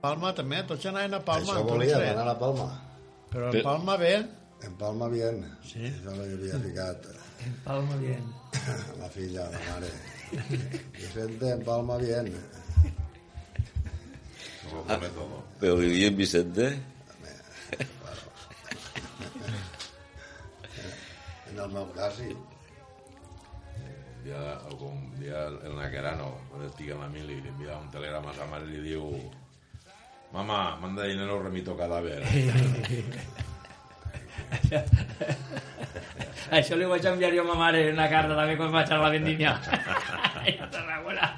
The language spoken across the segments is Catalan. Palma també, tots anaven a Palma. Això en tot volia, tret. anar a Palma. Però Pe- en Palma bé, En Palma bien. Sí? Jo no hi havia ficat En Palma bien. la filla, la mare. Vicente, en Palma bien. Pero vivía en Vicente. En el meu cas, sí. dia, algun dia el Nacarano, quan estic a la mili, li enviava "Ah, un telegrama a sa mare i li diu Mamá, manda dinero, remito cadáver. Això li vaig enviar jo a ma mare una carta també quan vaig a la vendimia. I a Tarragona.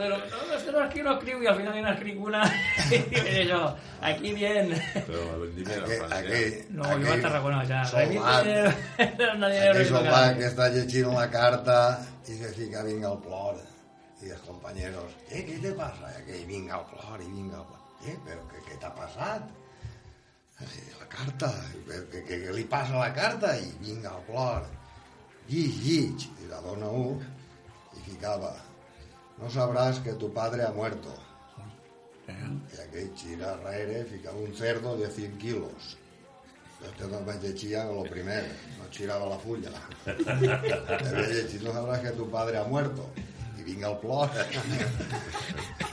Però no, no, és que no escriu, no escriu, i al final n'ha escrit una. I diu això, aquí bien. Però la eh? vendimia era Aquí, aquí, francès. No, jo a Tarragona ja. Soldat. Aquell soldat que està llegint la carta i se fica vinga al plor i els companyeros, eh, què te passa? I aquell vinga al plor i vinga al plor. Eh, però què, què t'ha passat? Eh, La carta, però què, què, què li passa a la carta? I vinga al plor. Llig, llig. I la dona un i ficava, no sabràs que tu padre ha muerto. I aquell gira darrere, ficava un cerdo de 100 quilos. Este no vaig llegir en lo primer, no girava la fulla. Havia llegit, no sabràs que tu padre ha muerto. I vinga el plor.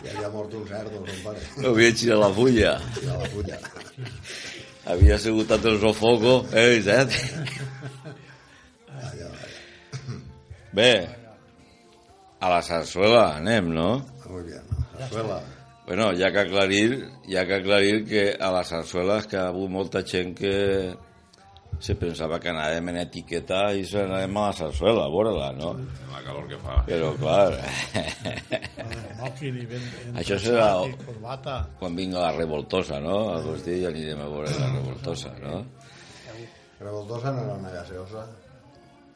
I havia mort un cerdo, son pare. No havia xirat la fulla. Girava la fulla. Havia sigut a Tresofoco, eh, Vicent? Allà, allà. eh? Bé, a la sarsuela anem, no? Muy bien. Sarsuela. Bueno, hi ha que aclarir, hi ha que aclarir que a la sarsuela és que hi ha hagut molta gent que se pensava que anàvem en etiqueta i se anàvem a la sarsuela, a veure-la, no? Amb la calor que fa. Però, clar, Mòquil i ben, ben Això serà- traçat i Corbata. quan vinga la revoltosa, no? Agustí, ja anirem a veure la revoltosa, no? Revoltosa no era una gaseosa.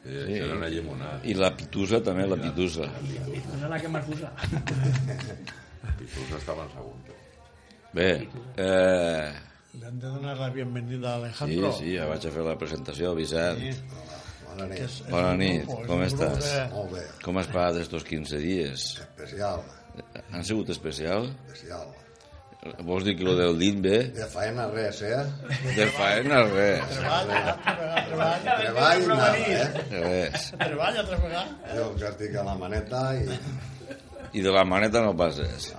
Sí, això era una llimonada. I la pitusa també, la pitusa. Pues No és la que m'acusa. I tots estaven segur. Bé, eh, Li hem de donar la bienvenida a sí, Alejandro. sí, ja vaig a fer la presentació, Vicent. que Bona nit. és- és Bona un nit, grupo, és com un grup estàs? de- Molt bé. Com has passat estos 15 dies? Especial. Han sigut especial? Especial. Vols dir que lo del dit bé? De faena res, eh? De faena res, Treballa, altra vegada, treballa, Treball i nada, eh? res. treballa, altra vegada. Jo ja estic a la maneta i... I de la maneta no passes.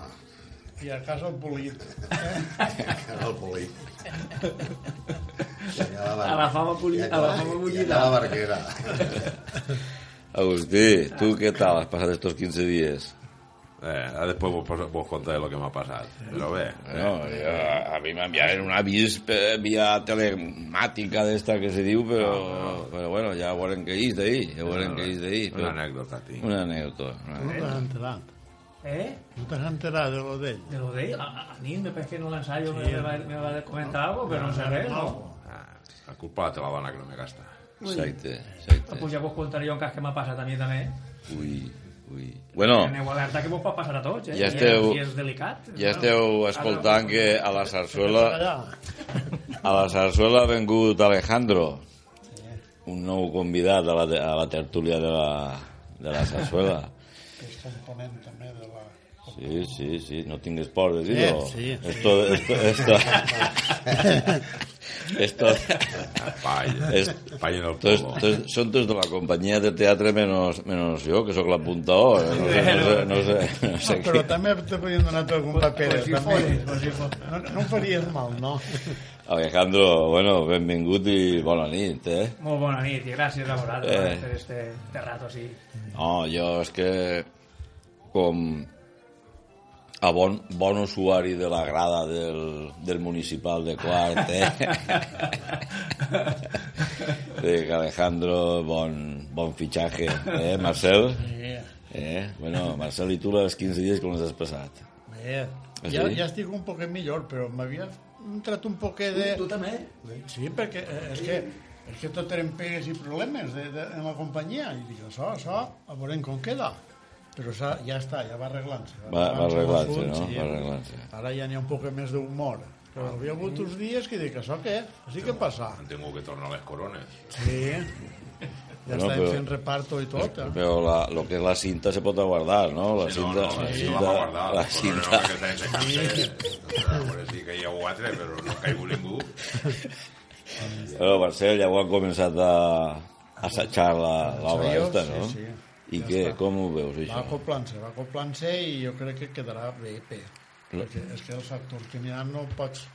I a casa el polit. Era el polit. I anava A la fama polit- a la fama I bullida. anava a barquera. Agustí, tu què tal has passat estos 15 dies? Eh, ara després vos, poso- vos contaré el que m'ha passat. Però bé, No, jo, a mi m'enviaven un avís per via telemàtica d'esta que se diu, però, però bueno, ja veurem què és d'ahir, ja veurem què és d'ahir. una Però... anècdota tinc. Una anècdota. Una No t'has enterat. Eh? No t'has enterat de lo d'ell. De lo de a, a mí me parece que en el ensayo me, me, va, me va a comentar algo, pero no sé res, no? Ah, la culpa la té la dona que no me gasta. anècdota. Exacte, exacte. Pues ja vos contaré jo un cas que m'ha passat a mi també. Ui, ui. Bueno, Aneu alerta que vos pot passar a tots, eh? Ja esteu- I és delicat. ja esteu escoltant que a la Ah. sarsuela Allà. A la sarsuela ha vengut Alejandro, un nou convidat a la, te- a la tertúlia de la, de la sarsuela. Que és component també de la... Sí, sí, sí, no tingues por de dir-ho. Sí, sí, sí. Esto, esto, esto. Estos, Palla. Es- Palla en el tots, polo. tots, són tots de la companyia de teatre menys, menys jo, que sóc l'apuntador. eh, No, sé, no, sé, no, sé, no sé No, qui. però també te podien donar algun paper. pues si també. fos, no, no ho faries mal, no? Alejandro, bueno, benvingut i bona nit, eh? Molt bona nit i gràcies a vosaltres Eh. per este, este rato, sí. No, jo és que com a bon, bon usuari de la grada del, del municipal de Quart, eh? Dic, Alejandro, bon, bon fitxatge, eh, Marcel? Yeah. Eh? Bueno, Marcel, i tu les 15 dies com les has passat? Bé, Ah, Eh, ja, sí? ja estic un poquet millor, però m'havia entrat un poquet de... Tu també? Sí, perquè eh, és que, és que tot eren pegues i problemes de, de, en la companyia. I dic, això, això, a veurem com queda. Però s'ha- ja està, ja va arreglant-se. Va- va arreglant-se, arreglant-se, no? sí. Va arreglant-se. Ara ja n'hi ha un poquet més d'humor. Ah, Però hi havia hagut uns dies que dic, això què? Sí que passa. Tengo que tornar les corones. Sí. Ja Bueno, estàvem però- fent reparto i tot, eh? Però la, lo que és la cinta se pot aguardar, no? La Sí, no, cinta, no, la sí, cinta, la va guardar, la però cinta. No, no, que se cansa. Bueno, sí que hi ha quatre, però no caigo ningú. Bueno, Eh, Marcel, ja ho han començat a a assajar la- l'obra Ensaios, aquesta, no? sí, sí. I Ja què, està. com ho veus, Va això? acoplant-se, va acoplant-se i jo crec que quedarà bé, bé. Perquè és que els actors que n'hi ha no pots,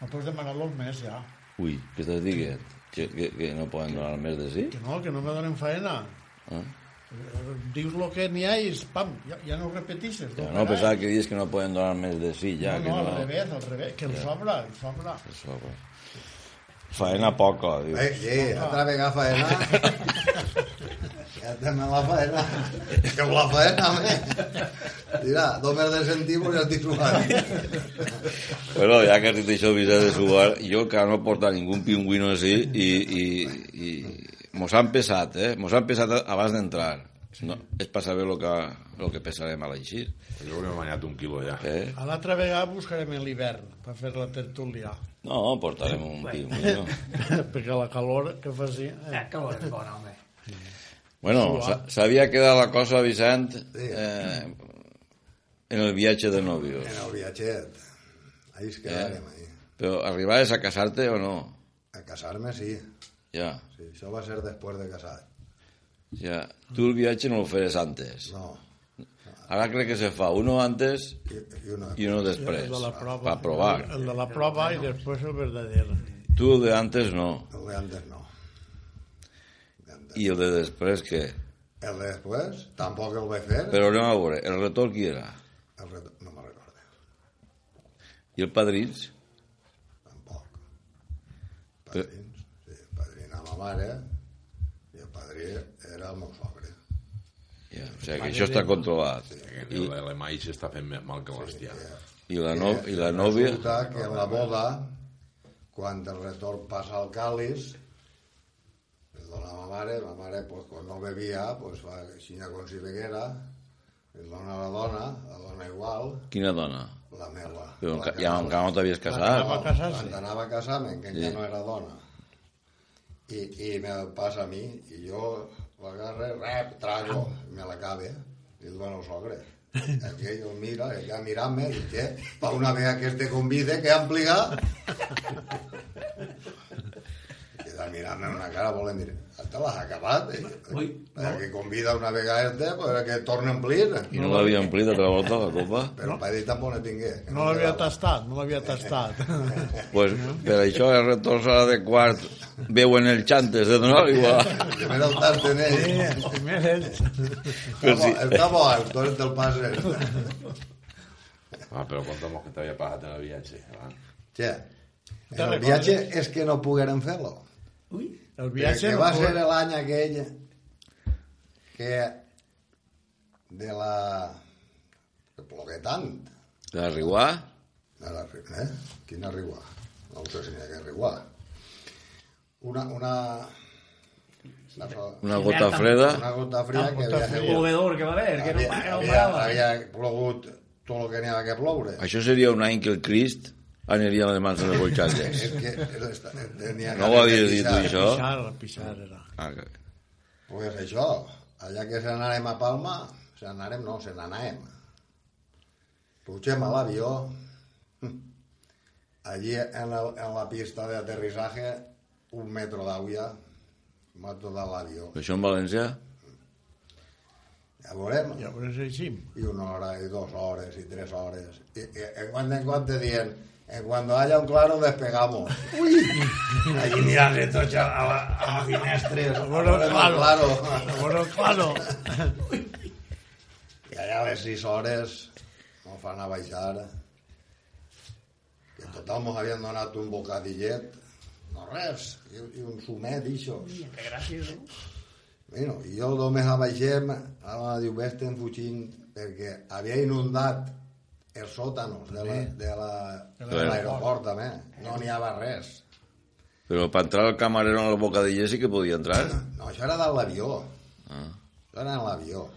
no pots demanar-los més ja. Ui, què estàs dient? Que, que, que no poden donar més de sí? Que no, que no me donen faena. Ah. Eh, Dius lo que n'hi ha i pam, ja, ja no ho repetixes. Ja, no, no, pensava que dius que no poden donar més de sí, ja. no, que no, al revés, al revés, que els sobra, els sobra. Això, pues. Faena poca, diu. Eh, sí, altra vegada faena. Ja tenim la faena. Que amb la faena, home. Mira, només de sentimos ja estic jugant. Bueno, ja que has dit això, Vicent de Subar, jo encara no porta ningú pingüino així i, i, i mos han pesat, eh? Mos han pesat abans d'entrar. No, és per saber el que, lo que pesarem a l'eixir. Jo crec que m'he guanyat un quilo ja. Eh? A l'altra vegada buscarem en l'hivern per fer la tertúlia. No, portarem un pingüino. perquè la calor que faci... Eh. Ja, que bo és bona, home. Bueno, sa- s'havia quedat la cosa, Vicent, eh, en el viatge de En nòvios. el viatget. Ahí es quedarem, ahí. Però arribaves a casar-te o no? A casar-me, sí. Ja, sí. Això va ser després de casat. ja. Tu el viatge no el feres antes. No. Ara crec que se fa uno antes I, i una... i uno després. El de la prova. Per provar. El de la prova i després el verdader. Tu el de antes no. El de antes no. El de antes. I el de després què? El de després tampoc el vaig fer. Però anem a veure, el retor qui era? El ret... No me'n recordo. I el padrins? Tampoc. Eh. Padrins. Sí, padrina ma mare i el padrí era el meu sogre. Ja, o sigui que això està controlat. I l'alemany s'està fent més mal que l'hòstia. I la, no, i la Eh, nòvia? Resulta que en la boda, quan el retorn passa al càlis, el dona ma mare, ma mare pues, quan no bevia, pues, va xina com si beguera, li dona la dona, la dona igual, Quina dona? la meua. Però la enca, que ja anava- encara no t'havies Va casat. casar-se. Quan anava a casar-me, que encara no era dona. I, i me passa a mi, i jo l'agarre, rep, trago, i me l'acabe, i el dono al sogre. Aquell el mira, el ja mirant-me, i què? Pa una vegada que este convide, que han pligat? I de mirar-me amb una cara volen dir, "Ah, te l'has acabat? I, Ui, no. que convida una vegada este, pues, que torna a omplir. I no l'havia omplit altra volta la copa? Però el padrí tampoc no tingué. que No l'havia quedava. tastat, no l'havia tastat. Pues, per això el retor serà de quart. Veuen el xantes de donar igual. Primer el tartenell. Primer ells. Però sí. Està bo, el torn del passe. Ah, però conta'm que t'havia passat en el viatge. abans. Che, Te en el recordes? viatge és que no pogueren fer-lo. Ui, El viatge Viatge Eh, que no va pot- ser l'any aquell que de la... que plogué tant. De riuar? De la... ri- Eh? Quina riua? No sé si n'hi ha que riuar. Una... una... Una, Una gota freda? una gota fria que havia, el havia, jugador que va haver, que no, havia, que no havia, parava. havia plogut tot el que n'hi havia que ploure. Això seria un any que el Crist aniria a les mans de les És butxaques. que l'est- tenia No ganes ho de havies dit, tu, pixar. això? Pixar, pixar era. Ah, que- Pues això, allà que se n'anàrem a Palma, se n'anàrem, no, se n'anàrem. Pugem a l'avió, Allí en, el- en la pista de aterrizaje, un metro d'aigua m'ha tocat l'avió. Això en València? Ja veurem. Ja veuràs així. y una hora y dos horas y tres horas. Y, y- en cuanto en cuanto digan, en cuando haya un claro despegamos. Allí mirarle tocha a la, a la finestra. a Bueno, veure el claro. claro. Bueno, claro. I allà a les sis hores no fan a baixar. Que total mos havien donat un bocadillet, no res, i, i un sumet d'ixos. Que gràcies, no? Bueno, i jo només abaixem, ara diu, estem fugint, perquè havia inundat els sòtanos de la- de la- de l'aeroport, també. No n'hi havia res. Però per entrar el camarero en el bocadiller sí que podia entrar. No, això era de l'avió. Ah. Això era en l'avió.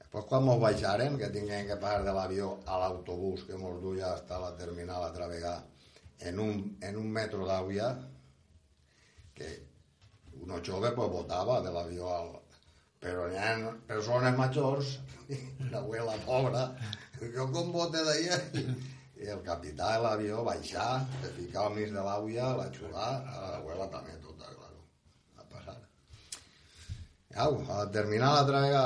Després, quan mos baixaren, que tinguem que passar de l'avió a l'autobús que mos duia fins a la terminal a Travegà, en un, en un metro d'àvia, que uno jove pues, votava de l'avió al... Però hi ha persones majors, una abuela pobra, jo com vote d'ahir? I el capità de l'avió baixar, se ficar al mig de l'àvia, la xular, a l'abuela també tota, claro, a passar. Au, a terminar la traga,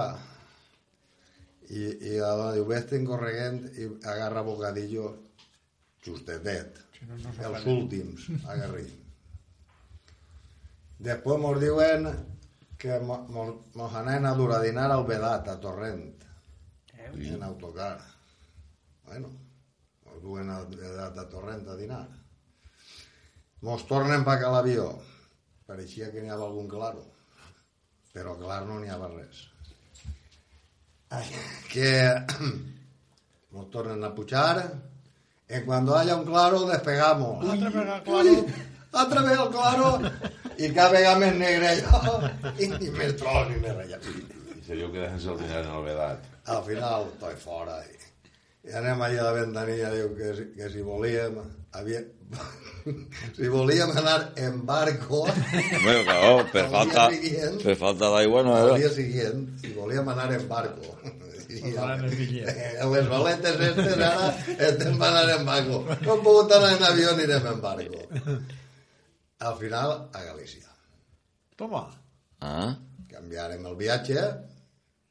i, i a la diu, vés corregent i agarra bocadillo justetet. els últims, agarrim. Després mos diuen que mo- mos, mos anem a dur a dinar al Vedat, a Torrent, eh? en autocar. Bueno, mos duen al Vedat, a Torrent, a dinar. Mos tornen pa a l'avió. Pareixia que n'hi havia algun claro, però clar no n'hi havia res. Ai, Que mos tornen a pujar, en cuando haya un claro despegamos. Altra vegada, claro. Altra vegada, claro. I cada vegada més negre jo. I ni més tros, ni més res. I se diu que deixen el dinar en el vedat. Al final, estoy fora. I, i anem allà a la ventanilla, diu que, si- que si volíem... Havia... si volíem anar en barco Bé, claro, per falta, per falta d'aigua no al era. dia siguient, si volíem anar en barco. I, anar en bitllet. les baletes estes ara estem per anar en barco. No hem pogut anar en avió, anirem en barco. Al final, a Galícia. Toma. Ah, Canviarem el viatge,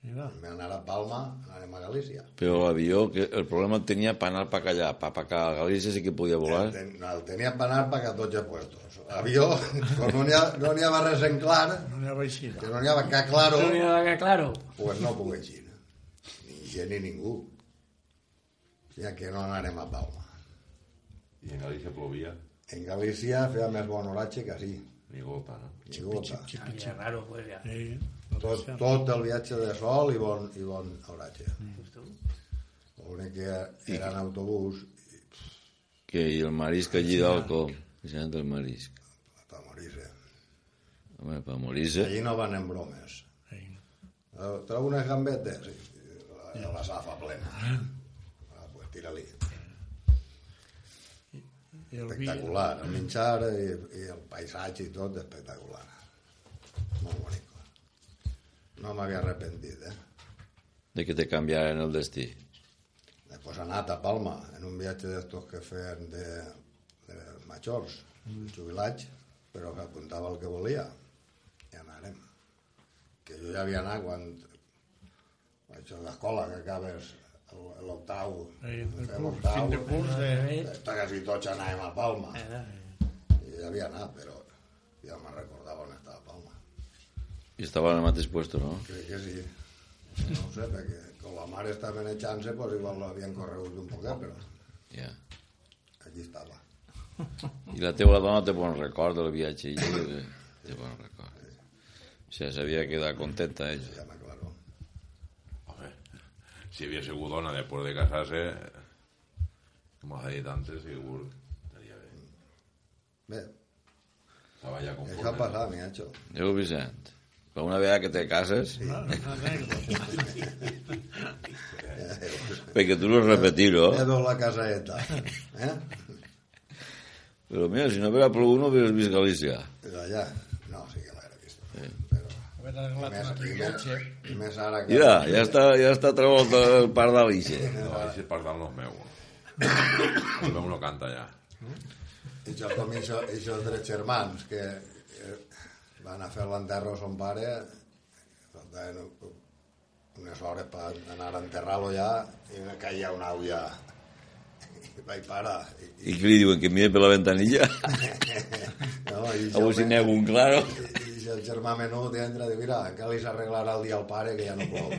Mira. vam anar a Palma, anarem a Galícia. però l'avió, que el problema el tenia per anar per allà, per, per a Galícia sí que podia El, volar. ten, no, el teníem per anar per 14 puestos. Avió, com no n'hi ha- no n'hi havia res en clar, No n'hi ha baixida. que no n'hi havia cap claro, No n'hi ha que claro. pues no puc eixir. Ni gent ni ningú. Ja que no anarem a Palma. I en Galícia plovia, En Galícia feia més bon oratge que sí, ni gota, no? ni gota. Ai, és Ah, raro, pues, ja. Sí. Tot, tot el viatge de sol i bon, i bon oratge. L'únic que era en autobús, Que, I el marisc allí d'Alco, que s'ha el marisc. per morir-se. Home, per morir-se. Allí no van en bromes. Sí. Eh, Trau unes gambetes i i la, la safa plena. Ah, pues tira-li. I el vi. Espectacular. El menjar i, i el paisatge i tot, espectacular. Molt bonic. No m'havia arrepentit, eh? de que te canviaren el destí. Després he anat a Palma, en un viatge d'estos que feien de, de majors, Mm. jubilats, però que apuntava el que volia. I anarem. Que jo ja havia anat quan... Això d'escola, que acabes el- l'octau. Sí, fer Eh, el curs, l'octau. fin de curs eh? de... Està quasi tots anàvem a Palma. eh. I ja havia anat, però ja me'n recordava on estava Palma. I estava en el mateix puesto, no? Crec que sí. No ho sé, perquè com la mare estava en xança, doncs igual l'havien corregut un poquet, però Ja. allí estava. I la teva dona té bon record del viatge. I jo que té bon record. O sigui, s'havia quedat contenta, eh? ella. Ja m'aclaro. Home, si havia sigut dona després de casar-se, com ha dit antes, segur estaria bé. Bé, Estava ja això ha conforme. passat, mi hacho. Déu, Vicent, per una vegada que te cases, perquè tu no és repetir, Ja no? veu la casaeta. Eh? Però mira, si no hubiera plogut no hubieras vist Galícia. Però allà, no, sí que l'he vist. Però, Haver arreglat una més, i, més, trigatge. i més ara que... Mira, ja està, ja està treballant el parc d'Alícia. No, ahí se partan los meus. El meu no canta ja. I jo com aquests tres germans que eh, van a fer l'enterro a son pare, tot deien unes hores per anar a enterrar-lo ja, i me caia una aulla. I vaig pare... I què li diuen? Que mire per la ventanilla? no, i A vos hi neu un claro. I, i el germà menut entra i diu, mira, encara li s'arreglarà el dia al pare que ja no plou.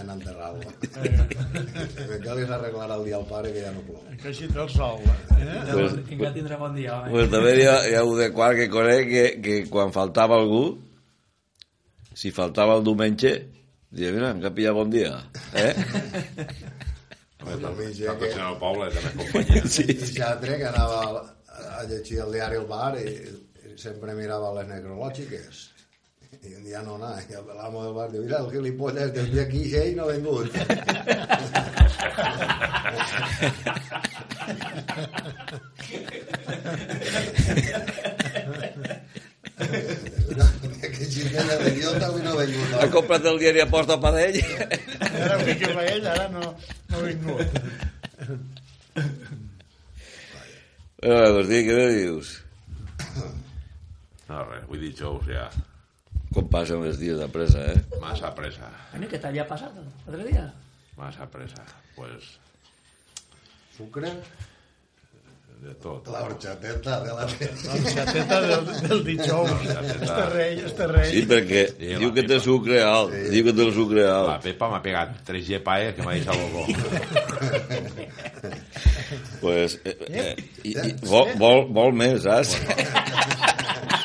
Anem a enterrar-lo. encara li s'arreglarà el dia al pare que ja no plou. Que així té el sol. Eh? Pues, Vinga, tindrà bon dia, home. pues també hi ha, hi ha un de quart que conec que, que quan faltava algú, si faltava el diumenge, deia, mira, em que pillar bon dia. Eh? El diumenge Està que... passant al poble, també, companyia. Sí. I Xatre, que anava a- a llegir el diari al bar i i sempre mirava les necrològiques. I un dia no anà, i l'amo del bar diu, mira, el gilipolles del dia aquí ell no ha vingut. Aquest xinella de idiota avui no ha vingut. Ha comprat el diari aposta per ell. Ara ho dic jo per ell, ara no, no ho ignoro. Bueno, doncs dic, què dius? No, res, avui dijous ja. Com passen els dies de pressa, eh? Massa pressa, Bueno, ¿y qué te había pasado? ¿Otro día? massa pressa. Pues Sucre, de tot. la horxateta de la Xateta del, del dijous. Este rei, este rei. Sí, perquè Sí, la diu que té pipa. sucre alt, diu que té el sucre La alt. Pepa m'ha pegat tres gepaes que m'ha deixat loco. Pues, eh, eh, i, i, vol, vol, vol més, saps?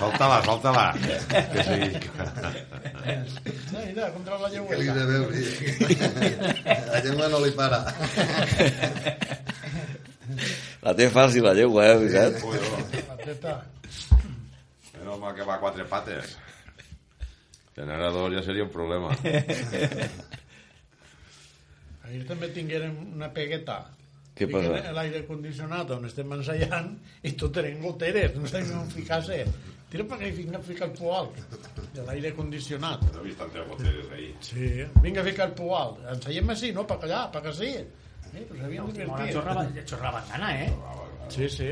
Solta-la, solta-la. Que seguís. No, mira, contra la que li llengua. de veure. La llengua no li para. La té fàcil, la llengua, eh, veritat? Xateta. Menos mal que va a quatre pates. Tener a dos ja seria un problema. Ahir també tinguérem una pegueta. Què Fiquen passa? L'aire condicionat on estem ensaiant i tot eren goteres, no sabem on ficar-se. Tira per aquí, vinga, fica el poal. De l'aire condicionat. No he vist tantes botelles ahir. Sí. Vinga, fica el poal. Enseiem així, no? Per callar, per que sí. Eh, però s'havien Ahora divertit. chorraba, chorraba gana, ¿eh? Sí, sí.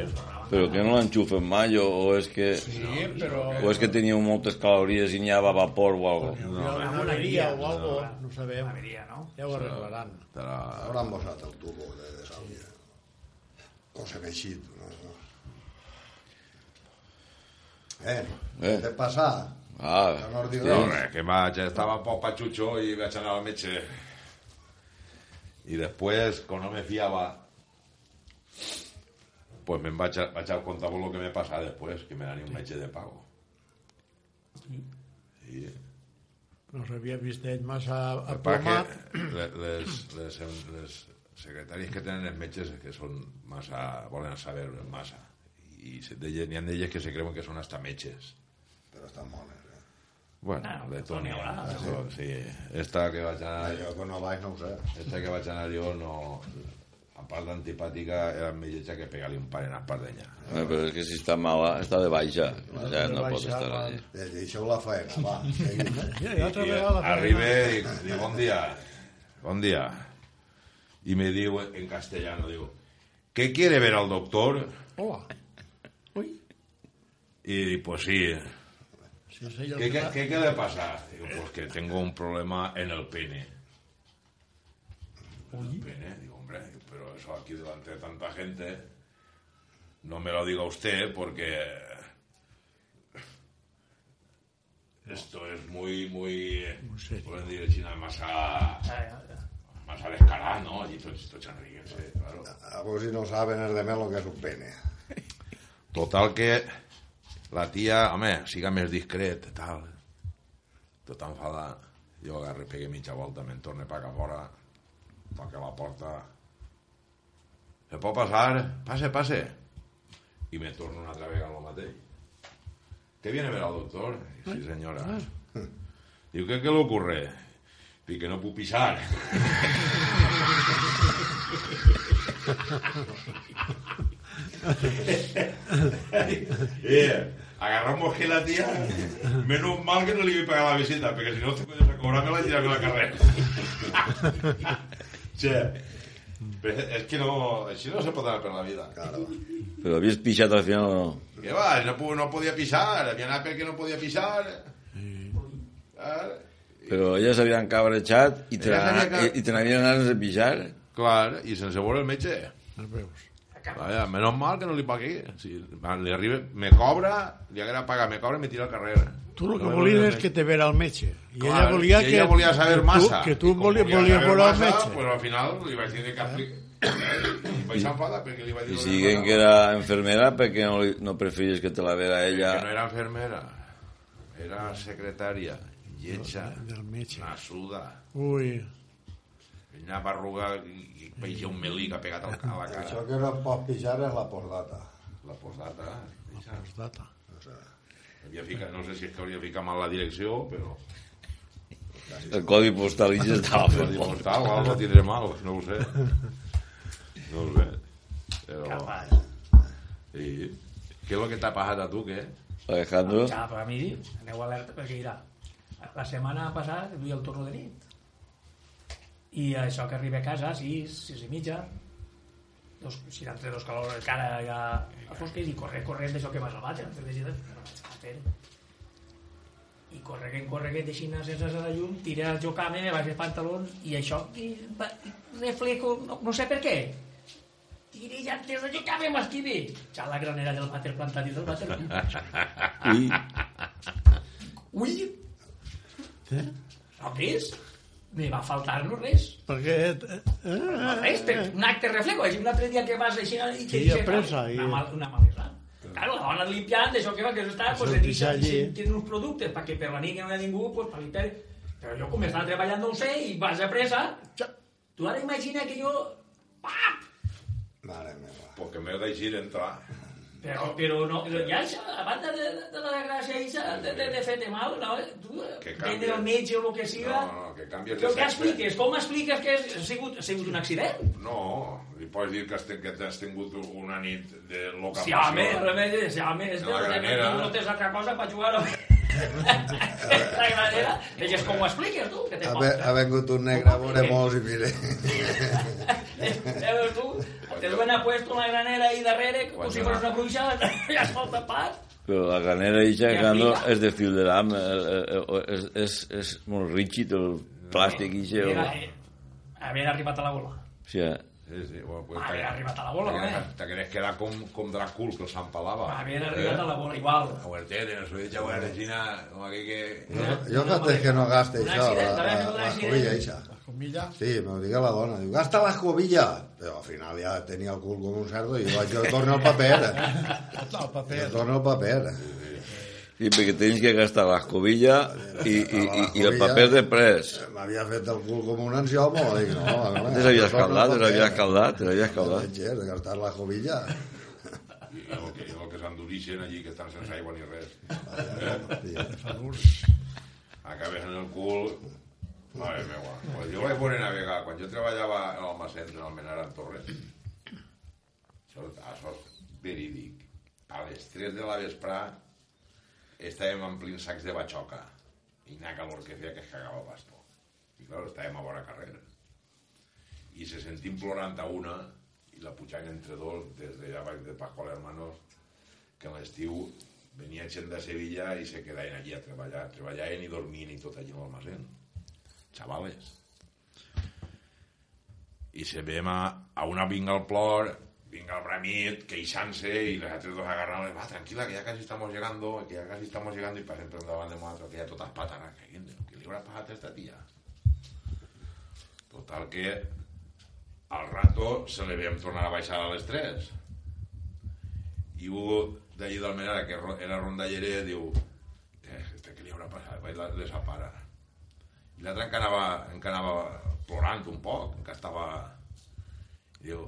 Però que no l'enxufen mai, o, o és que... Sí, però... O és que teníeu moltes calories i n'hi havia vapor o alguna cosa. No, una averia o algo, no ho sabem. Avería, ¿no? Ja ho arreglaran. Però Hauran posat el tubo de desàvia. O s'ha mexit. No, no. Eh, Eh. eh. de passar. Ah, Que no us diu no, res. res, que vaig, estava un poc patxutxo i vaig anar al metge. I després, quan no me fiava, pues me'n vaig, a- vaig a contar el que me passa després, que me d'anar un metge de pago. I No s'havia vist ell massa perquè aplomat. le- les, les, les secretaris que tenen els metges és que són massa, volen saber massa. I se- d'elles- n'hi ha d'elles que se creuen que són hasta metges. Però estan bones. Eh? Bueno, Ah, de tot no Ah, n'hi n'hi ha. haurà. Això, Sí, esta que vaig anar... Jo quan no vaig no ho sé. Esta que vaig anar jo no... A part d'antipàtica, era més lletja que pegar-li un pare en espardenya. eh, però és que si està mala, està de baixa. Ja no pot estar allà. Eh, Deixeu la feina, va. seguim. eh. Ja, ja altra I vegada. arriba i diu, bon dia, bon dia. I me diu en castellano, diu, ¿qué quiere ver al doctor? Hola. Ui. Y dic, pues sí. Sí, sí, jo ¿Qué, qué, qué, qué le pasa? Digo, pues que tengo un problema en el pene. ¿En el pene? Digo, hombre, pero eso aquí delante de tanta gente, no me lo diga usted porque esto es muy, muy, serio. pueden decir, China, más a, más a descarado, ¿no? Y esto, esto chanríguense, claro. A vos si no saben és de mel lo que és un pene. Total que la tia, home, siga més discret, tal. Tot enfadat. Jo agarre, pegué mitja volta, me'n torne pa cap a fora, toca la porta. Se pot passar? Passe, passe. I me torno una altra vegada el mateix. ¿Qué viene a ver al doctor? Dic, Sí, senyora. Diu, què, què l'ocorre? Dic, que no puc pisar. Eh, agarramos que la tía, menos mal que no le iba a pagar la visita, porque si no, te puedes cobrarme la tirarme a la carrera. o sea, Però és pues que no... Així no se pot anar per la vida. Claro. Però havies pixat al final o no? Què va? No, pu- no podia pixar. Havia anat perquè no podia pixar. Clar, Però elles s'havien cabrejat i te Elles n'ana- havien cab- i te n'havien anat a pixar. clar, i sense veure el metge. les veus. Vaja, menos mal que no li pagui. Si li arriba, me cobra, li haguera pagar, me cobra i me tira al carrer. Tu el que No volies veure és el que te vera el metge. I Clar, ella volia i que... ella volia saber que tu- massa. Que I tu com volies volia saber volar al massa, metge. Pues al final li vaig dir que apliqui... vaig enfadar perquè li vaig dir... I lo si de dient pagar, que era enfermera, per què no, li- no preferies que te la vera Que no ella? era enfermera, era secretària, lletja, Del metge. nassuda, Ui, una barruga i, i veia un melí que ha pegat al, a la cara. Això que no pots pijar és la postdata. La posdata, deixa. pues data. Havia ficat, no sé si és que hauria ficat mal la direcció, però... El codi postal i ja estava Però per dic, mort. mortal, o "Pues algo tindré mal, no ho sé. No ho sé. Però... Capaz. I... Què és el que t'ha passat a tu, què? Alejandro, Ja, però a mi, aneu alerta, perquè mira, la setmana passada duia el torno de nit. I això que arriba a casa, 6, 6 i mitja, dos, si entre dos calors encara ja a fosques i corre, corre, d'això que vas al vàter, fer visites, no vaig a fer i correguent, correguent, deixant anar sense la llum, tiré el jocame, me baixé els pantalons i això, i, va- i reflejo, no, no sé per què, tiré ja des de jocame, m'esquivé, ja la granera del vàter plantat i del vàter, i Ui! No res? Me va faltar no res. Perquè... Eh, No eh, res, per un acte reflejo. És un altre dia que vas així i Sí, que dices, apressa, i- Una, mal, una malesa. Claro, la dona limpiant, això que va, que això està, pues, deixa deixa, allí. si tenen uns productes perquè per la nit que no hi ha ningú, pues, per limpiar... Però jo com estava treballant no ho sé i vas a pressa, tu ara imagina que jo... Pap! Mare meva. Perquè m'he deixat entrar. Però, però no, ja, això, a banda de, de la desgràcia eixa, de, de, de fer-te mal, no, tu, Que canvies. vendre el metge o el que siga, No, no, que canvies de Però què sexe. expliques? Com expliques que ha sigut, ha sigut un accident? No, li pots dir que has, ten- que has tingut una nit de loca Si home, remei, si home, és que La granera. no tens altra cosa per jugar a la granera. Deies, com ho expliques, tu? Que te Ha, ve, falta. ha vengut un negre a veure molts i mire. Ja Eh, veus tu, te duen a puesto una granera ahí darrere, com Quan si fos una dona. bruixa, ja es falta part. però la granera i Alejandro amiga. és de fil de ram, eh, eh, eh, és, és, és molt rígid el plàstic i això. Mira, eh, havien arribat a la bola. O sigui, Sí, sí, bueno, pues, Havien arribat a la bola, eh? Te creus que era com, com Dracul, que s'empalava. Havien arribat a la bola, igual. A Huertet, en el sud de Xaguaregina, com aquell que... Jo, jo fateix que no gaste Un això, la, la, accident, un la accident. cubilla eixa. comilla. Sí, me ho digui la dona. Diu, gasta la cubilla. Però al final ja tenia el cul com un cerdo i jo vaig, jo torno el paper. El paper. Jo torno el paper. sí, perquè tens que gastar l'escovilla i, i, i, i el paper de pres. M'havia fet el cul com un ansiomo. Dic, no, a veure, Te l'havia jo torno el escaldat, te l'havia paper. escaldat, te l'havia escaldat. Vaig, eh, de gastar la cubilla. I el que, el que s'endurixen allí, que estan sense aigua ni res. Acabes en el cul... Mare meva. Quan jo vaig voler navegar, quan jo treballava en el Macens, en el Menaran Torres, això, això és verídic. A les 3 de la vesprà estàvem omplint sacs de batxoca i una calor que feia que es cagava bastó. I clar, estàvem a vora carrera. I se sentim plorant a una i la pujant entre dos des de allà baix de Pascual Hermanos que a l'estiu venia gent de Sevilla i se quedaven allí a treballar. Treballaven i dormien i tot allí en l'almacén. Xavales. I se ve a, a una vinga al plor, vinga al bramit, queixant-se i les altres dos agarrant-les. Va, tranquil·la, que ja quasi estamos llegando, que ya casi estamos llegando i passen per davant de nosaltres, que ja totes patanes. Que, que li haurà passat a esta tia? Total que al rato se li veiem tornar a baixar a les 3 i un d'allí del Menara, que ro- era rondallere, diu "Eh, este que li haurà passat, vaig la- desapara. I l'altre encara anava, encara anava plorant un poc, encara estava... I diu,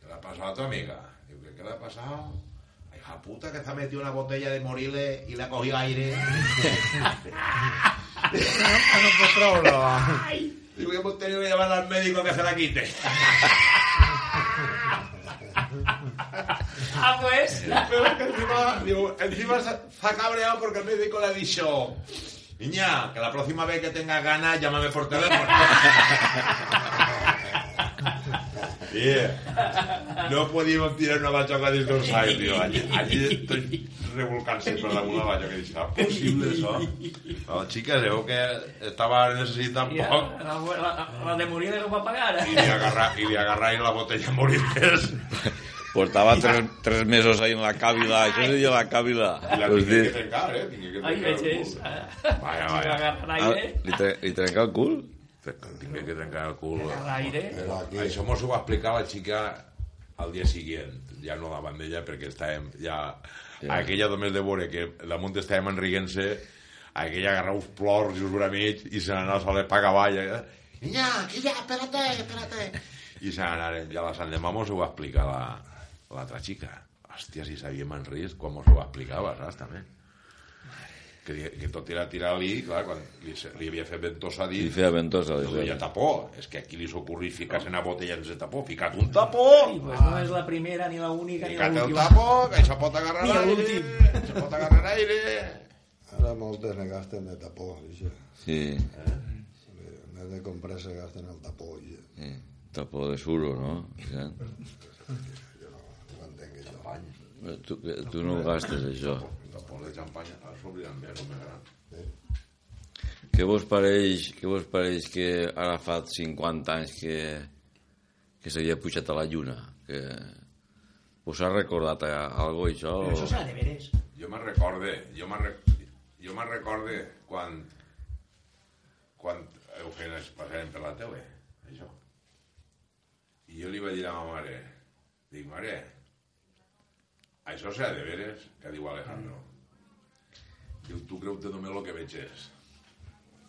què l'ha passat a la teva amiga? Diu, "¿Qué- què l'ha passat? Ai, la puta que s'ha metido una botella de morile y le ha cogido aire. Ah, no pot treure-la. Digo que hemos tenido que llevarla al médico a que se la quite. Ah, pues... Pero es que encima, digo, encima se, se ha cabreado porque el médico le ha dicho, niña, que la próxima vez que tengas ganas, llámame por teléfono. Yeah. No podíem tirar una batxoca dins d'un sac, tio. Allí, allí tots revolcant-se per damunt la batxoca. Dic, serà possible, això? La xica, veu que estava necessitant I la, poc. la, la, la de morir de va pagar, I eh? li agarra, i li agarra ahí la botella morirés. Portava tres, tres mesos ahí en la càbila, això se diu la càbila. I la Us tingué que dic, trencar, eh? Tingué que Ai, trencar el veges. cul. Vaja, Vaja, vaja. ah, aire. li, tre li trenca el cul? Tingué que trencar el cul. Agarra aire. Però aquí... Això mos ho va explicar la xica al dia següent, ja no davant d'ella perquè estàvem ja... Ja. Aquella només de veure que damunt estàvem enriguent-se, aquella agarrar uns plors i uns bramits i se n'anava sola pa cavall. Eh? Niña, aquí ja, espérate, espérate. I se n'anaren. Ja la Sant Demà mos ho va explicar la- l'altra xica. Hòstia, si sabíem en risc, quan mos ho va explicar, saps, també? Que, li- que tot era tirar-li, clar, quan li, se- li havia fet ventosa a I dins, feia ventosa. no Li duia feia. tapó. És que aquí li s'ocorri ficar-se una botella sense tapó. Ficat un tapó! I pues no és la primera, ni la única, ni la Ficat el última. tapó, que això pot agarrar Ni aire. l'últim. Això pot agarrar aire. Ara moltes ne gasten de tapó, això. Sí, En vez de comprar se gasten el tapó, això. sí. Tapó de suro, no? Ja. No entenc això. Però Tu, tu no ho gastes, això. Tapó de xampany, ara ah, s'obliden més o més gran. Què vos pareix, què vos pareix que ara fa 50 anys que, que s'havia pujat a la lluna? Que... Us ha recordat a, algo, això? Però això serà de veres. Jo me'n recorde, jo me'n re... jo me'n recorde quan quan ho feien passarem per la tele, això. I jo li vaig dir a ma mare, dic, mare, això serà de veres, que diu Alejandro. Diu, tu creu-te només el que veig és.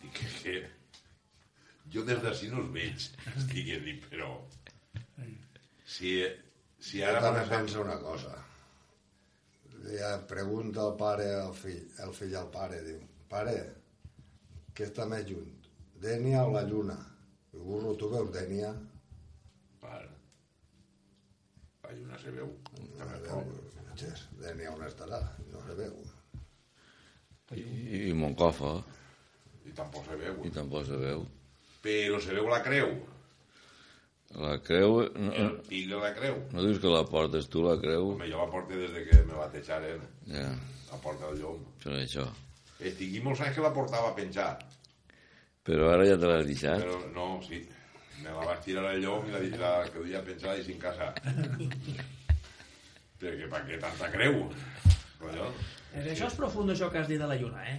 Dic, que, que jo des d'ací no els veig. Estic a dir, però... Si, si ara... Ara per me exemple, pensa una cosa. Ja pregunta el pare al fill, el fill al pare, diu, pare, què està més junt? Dènia o la lluna? Diu, burro, tu veus Dènia? Vale. La lluna se veu. Mm, Ches, Dènia on estarà? No se veu. I, i Moncofa, I tampoc se veu. i tampoc se veu. Però se veu la creu. La creu... No, El pic de la creu. no dius que la portes tu, la creu? Home, jo la porto des de que me batejaren. Ja, La porta del llom. això és això. Estigui molts anys que la portava a penjar. Però ara ja te l'has deixat. Però no, sí. Me la vaig tirar al llom i la, la que duia penjada i sin casa. Perquè per què tanta creu? Collons. Això és profund, això que has dit de la lluna, eh?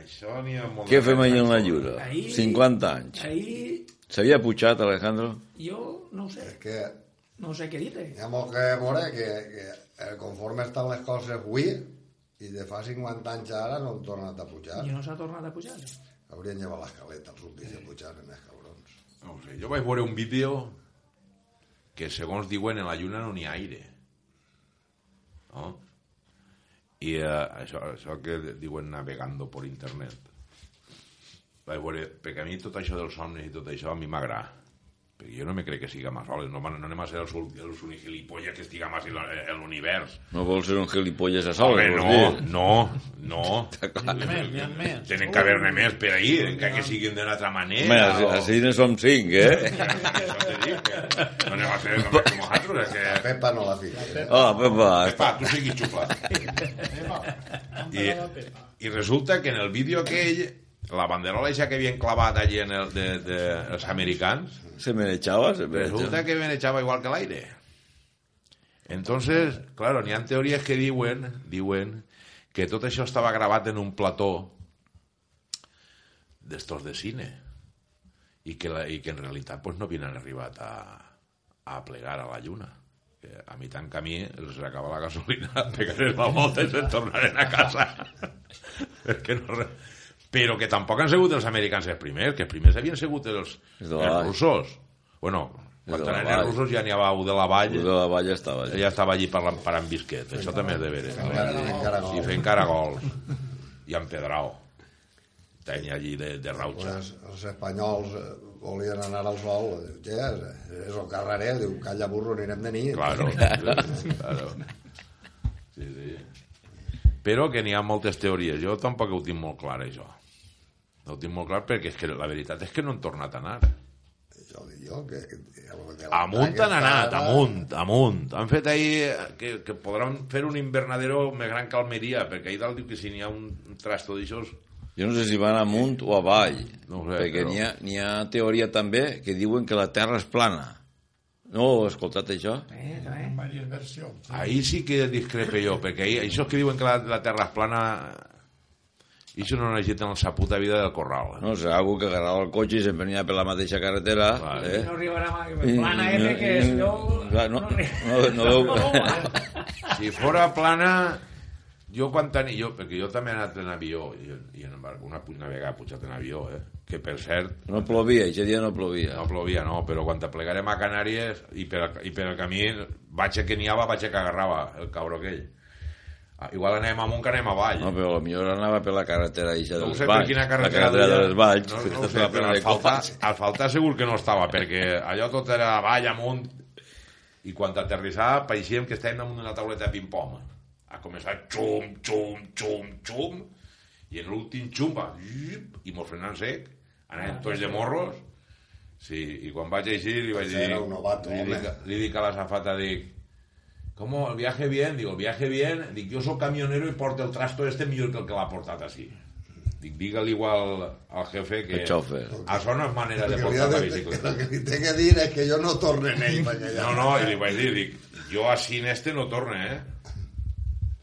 Això n'hi ha molt... Què fem allà en la lluna? Ahir- 50 anys. Ahir S'havia pujat, Alejandro? jo no ho sé, És que no sé què dir-te. hi ha molt que veure que, que eh, conforme estan les coses avui, i de fa 50 anys ara no han tornat a pujar. I no s'ha tornat a pujar. Eh, això. Haurien llevat l'escaleta, els últims que pujaren, els cabrons. No ho sé, jo vaig veure un vídeo que segons diuen en la lluna no n'hi ha aire. No? I eh, això, això que diuen navegando per internet. Vaig veure, perquè a mi tot això dels somnis i tot això a mi m'agrada. Perquè jo no me crec que siga más soles, no, van- no anem a ser els, ul- els únics gilipolles que estiga más en la- en l'univers. No vols ser un gilipolles a sol, Home, vols no, dir? no, no. N'hi ha més, n'hi ha més. Tenen que haver-ne més per ahí, encara que siguin d'una altra manera. Home, o- així, així no som cinc, eh? Això te dic, que no anem a fer només com nosaltres, La és que... Pepa no la fica. Oh, Pepa, Epa, tu siguis xuflat. I, I resulta que en el vídeo aquell, la banderola ja que havien clavat allí en el, de, de, els americans, se mereixava, se mereixava. resulta que benejava igual que l'aire. Entonces, claro, n'hi ha teories que diuen, diuen que tot això estava gravat en un plató d'estos de cine i que, la, i que en realitat pues, no havien arribat a, a plegar a la lluna. Que a mitjan camí els acaba la gasolina, pegaren la volta i se'n tornaren a casa. Perquè no, re- però que tampoc han sigut els americans els primers, que els primers havien sigut els, Els de la els vall. russos. Bueno, quan Els de la eren els vall. russos ja n'hi havia un de la vall, De la valla estava. allà. ella estava allí parlant, parant bisquet, això també és de veres. eh? Encara I fent caragols. I amb Pedrao. Tenia allí de, de rauxa. Els, els espanyols eh, volien anar al sol, diu, "Què és, és el Carreré, diu, calla burro, anirem de nit. Claro, claro. Sí, sí. Però que n'hi ha moltes teories. Jo tampoc ho tinc molt clar, això. No ho tinc molt clar perquè és que la veritat és que no han tornat a anar. Jo t'ho dic jo. Que, que, que Amunt han aquesta anat, ara- amunt, amunt. Han fet ahir eh, que, que podran fer un invernadero més gran que Almeria, perquè ahir dalt diu que si n'hi ha un trasto d'aixòs... Jo no sé si van amunt o avall, no No ho sé, sé, perquè però- n'hi ha, n'hi ha teoria també que diuen que la Terra és plana. No heu escoltat això? Eh, també. En diverses versions. Ahir sí que discrepe jo, perquè ahir, això que diuen que la, la terra és plana... I això no necessiten la puta vida del corral. eh? No sé, algú que agarrava el cotxe i se'n venia per la mateixa carretera. Vale. Eh? No arribarà mai. Plana F, que és no, no... clar, no, no, no veu... eh? Si fora plana, jo quan tenia... Jo, perquè jo també he anat en avió, i, i en embarc, una, pu- una vegada he pujat en avió, eh? que per cert, No plovia, aquest dia no plovia. no plovia, no, però quan t'aplegarem a Canàries i per, i per el camí vaig a que niava, vaig a que agarrava el cabró aquell. Ah, Igual anem amunt que anem avall. No, però potser anava per la carretera eixa No ho dels sé per Valls. quina la carretera, carretera duia. dels Valls. No, que no ho sé, estava però plena de asfaltar, copats. asfaltar segur que no estava, perquè allò tot era avall, amunt, i quan t'aterrissava pareixíem que estàvem damunt d'una tauleta de ping-pong. Ha començat xum, xum, xum, xum, i en l'últim xum va llup, i mos frenant sec, Ah, anàvem tots de morros, sí, i quan vaig eixir li vaig Pues dir... era un novato, li, dic, home. li dic a la zafata, dic, ¿Cómo? ¿El viaje bien? Digo, el viaje bien. Dic, yo soy camionero y porto el trasto este millor que el que l'ha portat així. Dic, digue-li igual al jefe que... El xòfer. Això no és manera El de que, li ha portar de, la el bicicleta. que li té que dir és que jo no torne en ell. perquè ja- No, no, i li vaig dir, dic, jo així en este no torne, eh?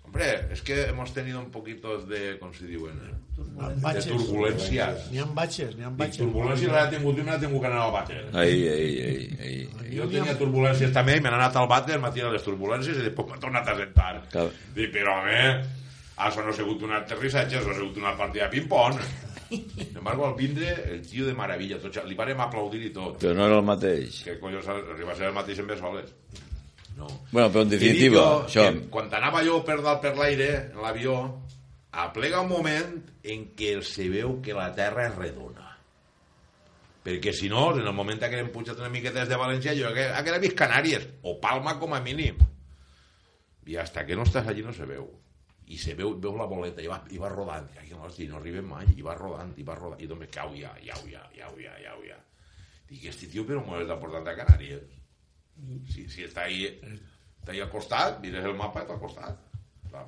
Hombre, es que hemos tenido un poquitos de, com se diuen, eh? de Batxes. turbulències. N'hi ha batxes, n'hi ha Dic, batxes. turbulències l'ha tingut una, tingut que anar al vàter. Ahí, ahí, ahí, ahí. ahí. Jo tenia turbulències també, i me n'ha anat al vàter, m'ha tirat les turbulències i després m'ha tornat a sentar. Clar. Dic, però home, això no ha sigut un aterrissatge, això ha sigut una partida de ping-pong. Sin embargo, al vindre, el tio de meravella, tots, li vàrem aplaudir i tot. Però no era el mateix. Que collons arriba a ser el mateix en bé soles. No. Bueno, però en He dit definitiva, jo això... que Quan anava jo per dalt per l'aire, en l'avió, aplega un moment en què se veu que la Terra és redona. Perquè si no, en el moment que hem pujat una miqueta des de València, jo que haguera vist Canàries, o Palma com a mínim. I hasta que no estàs allí no se veu. I se veu, veu la boleta i va, i va rodant. I, hosti, no arribem mai. I va rodant, i va rodant. I només cau ja, ja, ja, ja, ja, ja, ja. Dic, este tio, però m'ho has de portar a Canàries. Si, si està ahí, està ahí al costat, mires el mapa, està al costat. Clar,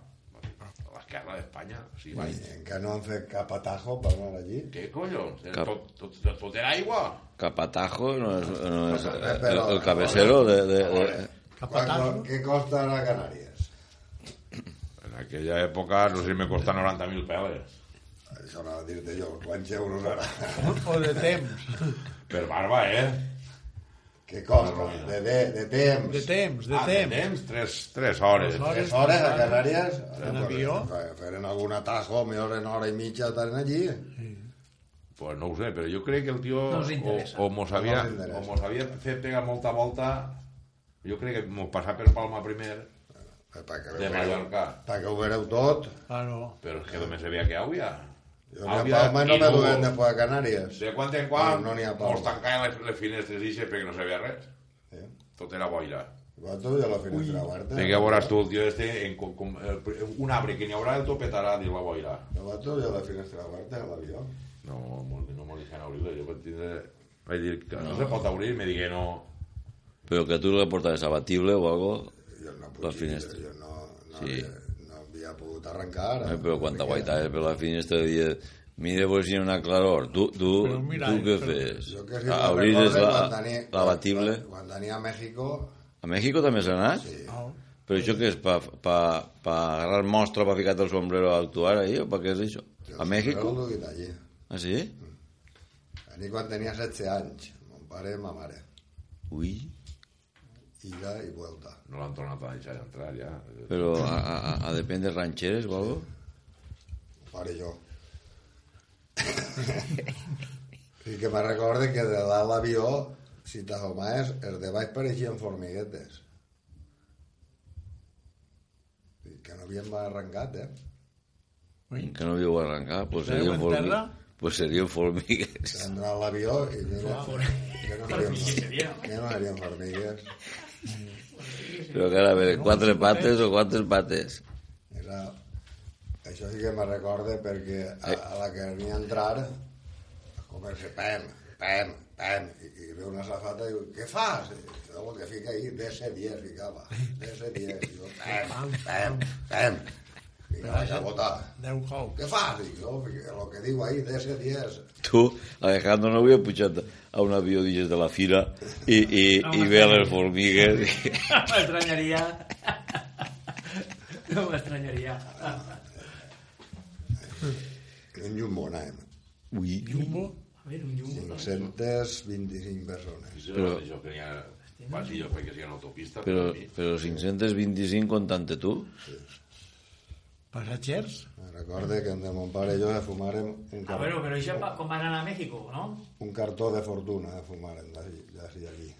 a l'esquerra d'Espanya, si sí, vaig. I Encara no han fet cap atajo per anar allí. Què collons? Eh, Cap. Tot, tot, tot, tot era aigua? Capatajo no és, no és el, Però- el cabecero de... de, de... Cap Quan- atajo. Què costa anar a Canàries? En aquella època, no sé si me costa 90.000 peles. Això anava a dir-te jo, quants euros ara? O de temps. Per barba, eh? Què costa? De, de, de temps. De temps, de ah, de temps. temps, 3, 3 hores. Tres Tres hores a Canàries? En avió? Feren algun atajo, millor en hora i mitja estaven allí. Pues no ho sé, però jo crec que el tio... No els interessa. o, o mos havia, No els interessa. o mos havia fet pegar molta volta... Jo crec que mos passar per Palma primer, Perquè de Mallorca. Perquè ho vereu tot. Ah, no. Però és que només sabia que havia. Jo a Palma no me duem després a Canàries. De quan en quan No, no n'hi ha Palma. mos tancaven les, les finestres ixes perquè no sabia res. Eh? Tot era boira. Igual tot ja la finestra oberta. De què veuràs tu el tio este, en, com, com, el, un arbre que n'hi haurà, el tot petarà, diu la boira. Igual tot ja la finestra oberta a l'avió. No, molt, no m'ho deixen obrir, jo vaig tindre... Vaig dir que no, se pot obrir, me digué no... Però que tu la portaves abatible o algo... eh, Jo no puc La dir, finestra. Jo no, no, Sí. havia, no havia pogut arrencar. ara. Eh, però quan t'aguaitaves per la finestra deies mira vos si hi ha una claror. Tu, tu, Però mira, eh, tu què però- fes? Jo que si me'n Obries recordo, la- quan tenia- l'abatible? Quan, quan tenia a Mèxico, A Mèxico també s'ha anat? Sí. Ah, Però això què és? Pa, pa, pa agarrar mostra, pa ficar el sombrero a actuar ahí? O pa què és això? A Mèxico? Jo he allí. Ah, sí? A mi quan tenia 16 anys, mon pare i ma mare. Ui. Ida i vuelta. No l'han tornat a deixar entrar, ja. Però a, a, a- a depèn de ranxeres o algo? Mon pare i jo. I que me recorde que de dalt l'avió, si t'asomaves, els de baix pareixien formiguetes. I que no havien arrencat, eh? Que no havíeu arrencat? Pues Esteu en seria un formi... terra? Pues seria un formigues. S'ha entrat a l'avió i mira, que no serien formigues. Que no serien formigues. Però que ara, a veure, quatre pates o quantes pates? Era... Això sí que me recorda perquè a, a la que venia a entrar, com se pèm, pèm, Pam, i, i ve una safata i diu, què fas? I jo el que fica ahí, de ser 10, ficava. De ser 10. I jo, pam, pam, pam. I la vaig a votar. Deu cou. Què fas? I jo, el que diu ahí, de ser 10. Tu, Alejandro, no havia pujat a un avió dins de la fira i, i, No i ve a m'estranyaria. les formigues. i- No m'estranyaria. No m'estranyaria. En Jumbo anàvem. Ui, Jumbo. A veure, un llum. 525 persones. Jo, Però- jo que hi ha... Vaig dir jo feia que hi ha una autopista, però, per mi. però 525 comptant tu? Passatgers. Me recordo que entre mon pare i jo fumàrem un, A car veure, Ah, però això va- com va anar a Mèxic, no? un cartó de fortuna, eh, fumàrem d'ací d'ací i aquí.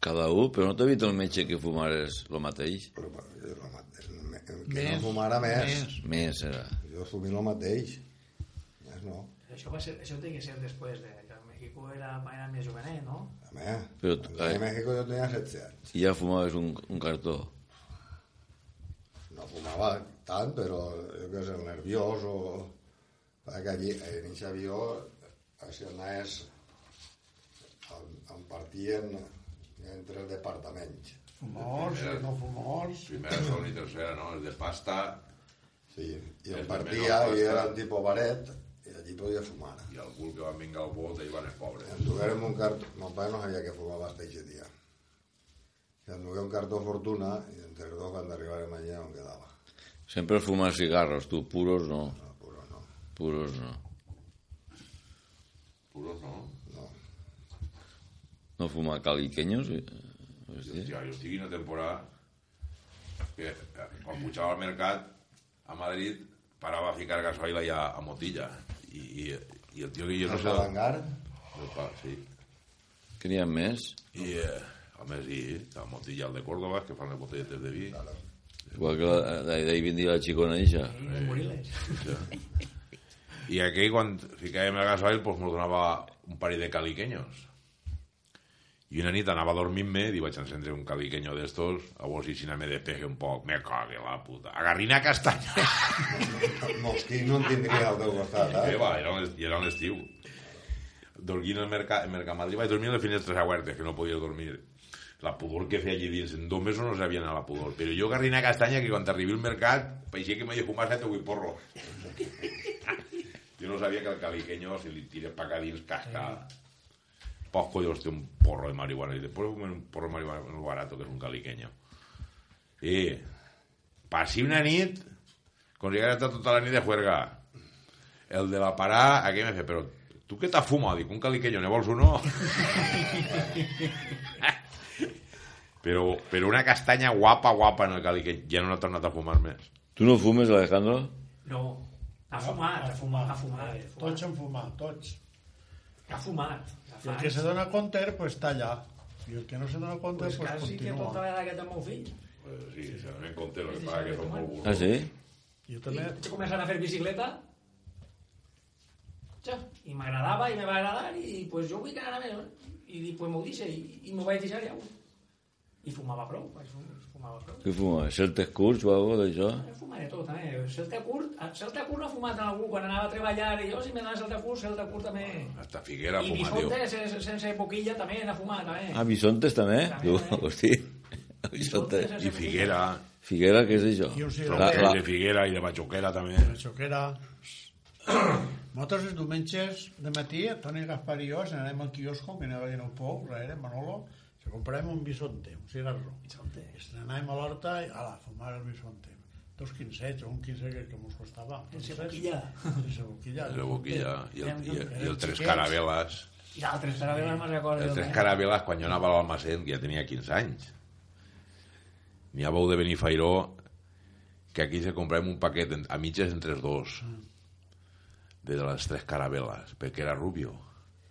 Cada un, però no t'ha dit el metge que fumares el mateix? Però, bueno, jo el mateix, me- el que Més, no fumara més. més. Més era. Jo fumé el mateix. Més no. Això, va ser, això té que ser després de... Que Mèxic era, era més jovenet, no? Home, Però Però, tu- a México jo tenia 16 anys. I ja fumaves un, un cartó. no fumava tant, però jo què sé, nerviós o... Perquè allí, en aquest avió, això anés on, on partien entre els departaments. Fumors, no fumors. doncs, Primera, segona i tercera, no? El de pasta, Sí, i on El partia primer no i era costa. un tipus baret i allí podia fumar. i el cul que van vingar al bot, i van els pobres. Em duguérem un cartó... Mon pare no sabia que fumava hasta aquest dia. I em dugué un cartó fortuna i entre els dos quan arribarem allà on quedava. Sempre fumes cigarros, tu, puros no. No, puro no. Puros no. Puros, no? No, No fumar caliqueños? eh, Sí. Hòstia. Jo, jo estic en una temporada que eh, quan pujava al mercat a Madrid parava a ficar gasoil allà a Motilla i, i, i el tio que jo no no sé... s'ha d'engar. Del pa, sí. Que n'hi ha més? I, eh, a més, i a Motilla, el de Córdoba, que fan les botelletes de vi. Claro. Igual que la, eh, d'ahir vindria la xicona eixa. I de Moriles. I aquell, quan ficàvem el gasoil, doncs me'l donava un parell de caliqueños. I una nit anava dormint-me i vaig encendre un caliqueño d'estos, a vos i si no me despeje un poc, me cague la puta. Agarrina castanya! Mosquit no en tindria al teu costat, Eh, eh? va, era un, era un estiu. Dormint al mercat, al mercat Madrid, vaig dormir a les finestres obertes, que no podia dormir. La pudor que feia allí dins, en dos mesos no sabia anar la pudor. Però jo, Garrina Castanya, que quan arribi al mercat, peixia que m'havia fumat set o vuit porros. jo no sabia que el caliqueño, si li tires pa acá dins, casca. Pos collons té un porro de marihuana. I després fumen un porro de marihuana lo barato, que és un caliqueño. I passi una nit, com si hagués estat tota la nit de juerga. El de la parada, aquí me dice, pero ¿tú qué te fumas? Digo, un caliqueño, ¿no vols uno? pero, pero una castaña guapa, guapa en el caliqueño. Ya no l'ha tornat a fumar més. Tu no fumes, Alejandro? No, ha fumat, ha fumat, ha fumat. Eh, ha fumat. Tots han fumat, tots. Ha fumat. ha I el fumat. que se dona compte, pues està allà. I el que no se dona compte, Pues pues, pues quasi que tota continua. l'edat que té el meu fill. Pues sí, se me conté lo que pasa que son molt burros. Ah, sí? Jo I també... vaig començar a fer bicicleta ja, i m'agradava i me va agradar i pues, jo vull que anara més eh? i dic, pues, m'ho deixa i, i m'ho vaig deixar ja i fumava prou vaig fumar, fumava prou Què fumes? Celtes curts o alguna cosa d'això? Jo fumaré tot, també. Celta curt, a Celta curt no ha fumat en algú quan anava a treballar i jo si m'anava a Celta curt, Celta curt també. Hasta Figuera I fuma, tio. Bisonte sense, sense boquilla també n'ha fumat, eh? també. Ah, bisontes també? Tu, També, eh? hosti. Bisontes. sense I Figuera. Figuera, què és això? I un cigarro. La, la, de Figuera i de Bachoquera, també. La xoquera... Nosaltres els diumenges de matí, Toni Gaspar i jo, anem al quiosco, que anava a Pou, darrere, Manolo, se compràvem un bisonte, un cigarro. Bisonte. I se n'anàvem a l'horta i, ala, a fumar el bisonte. Dos quincets o un quinset que, que mos costava. Sense Entonces, boquilla. Sense boquilla. El de Boquilla i el, i, el- i el Tres Xiquets. Carabeles. I l'altre, serà bé, no me'n recordo. eh? El Tres Carabeles, quan jo anava a l'almacén, que ja tenia 15 anys, n'hi haveu de venir Fairó, que aquí se comprem un paquet en- a mitges entre els dos, de les Tres Carabeles, perquè era rubio,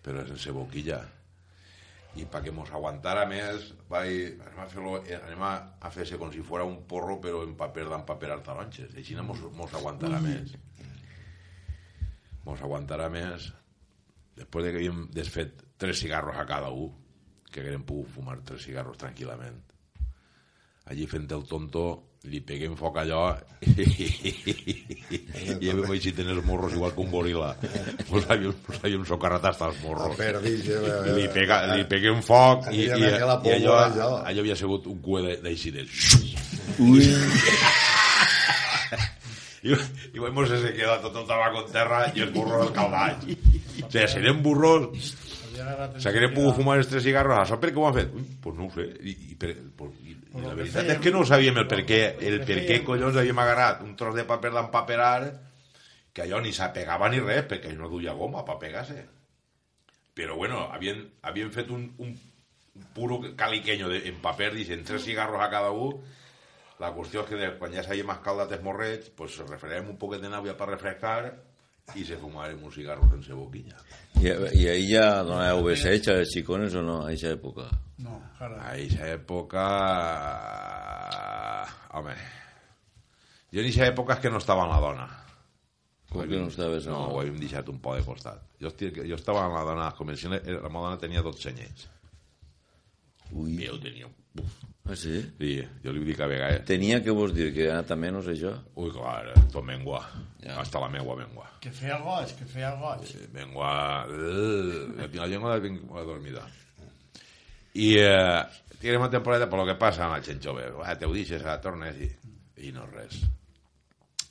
però sense boquilla. I perquè mos aguantara més, vaig, anem a fer-lo, eh, anem a, a fer-se com si fora un porro, però en paper d'empaperar taronges. Així no mos, mos aguantarà més. Mos aguantarà més després de que havíem desfet tres cigarros a cada un, que haguérem pogut fumar tres cigarros tranquil·lament, allí fent el tonto, li peguem foc allò i, i, i, i hem així tenir els morros igual que un goril·la. Pues havia, pues havia un socarrat hasta els morros. Perdis, eh, eh, I li, pega, li peguem foc i, i, Anirem i a fer la allò, pólvora, allò. allò havia sigut un cue de- d'així de... I, i bueno, se queda tot el tabaco en terra i els burros al caldall. O sigui, serem burros Havia agarrat O el sea, que pudo fumar els tres cigarros a saber què ho han fet? Ui, pues no ho sé. I, i, per, pues, i, i la veritat és que no sabíem el per què, el per què collons havíem agarrat un tros de paper d'empaperar que allò ni s'apegava ni res, perquè no duia goma per pegar-se. Però bueno, havien, havien fet un, un puro caliqueño de, en paper, dicen tres cigarros a cada un, la qüestió és que de, quan ja s'havien escaldat els morrets, pues refredem un poquet de nàvia per refrescar i se fumaren un cigarro sense boquilla. I, i ahir ja donàveu besseig a les xicones o no, a aquesta època? No, ara. A eixa època... Home... Jo en eixa època és que no estava en la dona. Com que no estaves en No, la ho dona? havíem deixat un poc de costat. Jo, estic, jo estava en la dona, com si eh, la meva dona tenia 12 anys. Ui. I jo tenia... un- Uf, Ah, sí? sí, jo li dic a vegades... Tenia, què vols dir? Que ara també no sé jo? Ui, clar, tot mengua. Ja. Hasta la meua mengua. Que feia goig, que feia goig. Eh, Lengua... eh, la lengua la tengo dormida. Y eh, tienes una temporada por lo que pasa en el Chenchove. Ah, te udices a Tornes y, y no res.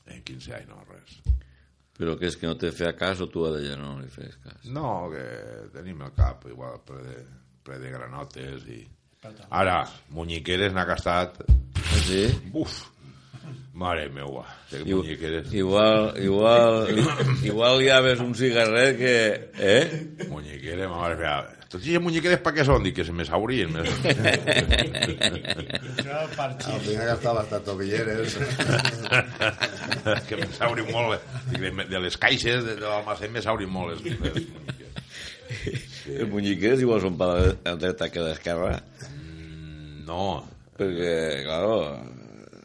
En 15 años no res. Però que és que no te feia cas o tu a ella no li feies cas? No, que tenim el cap igual ple de, ple de granotes i... Pata. Ara, Muñiqueres n'ha gastat... Ah, sí? Uf! Mare meua, de Iu- Muñiqueres. Igual, igual, li- igual hi haves un cigarret que... Eh? Muñequeres, mare meva. Tots aquests muñequeres per què són? Dic que se me saurien. més. Això era el Al parxís. final gastava hasta tobilleres. que me saurin molt. les- Dic, de, de les caixes, de, de l'almacén, me saurin molt. Les, les... Els muñiquers Eh, igual són per la dreta que l'esquerra, No, perquè, claro,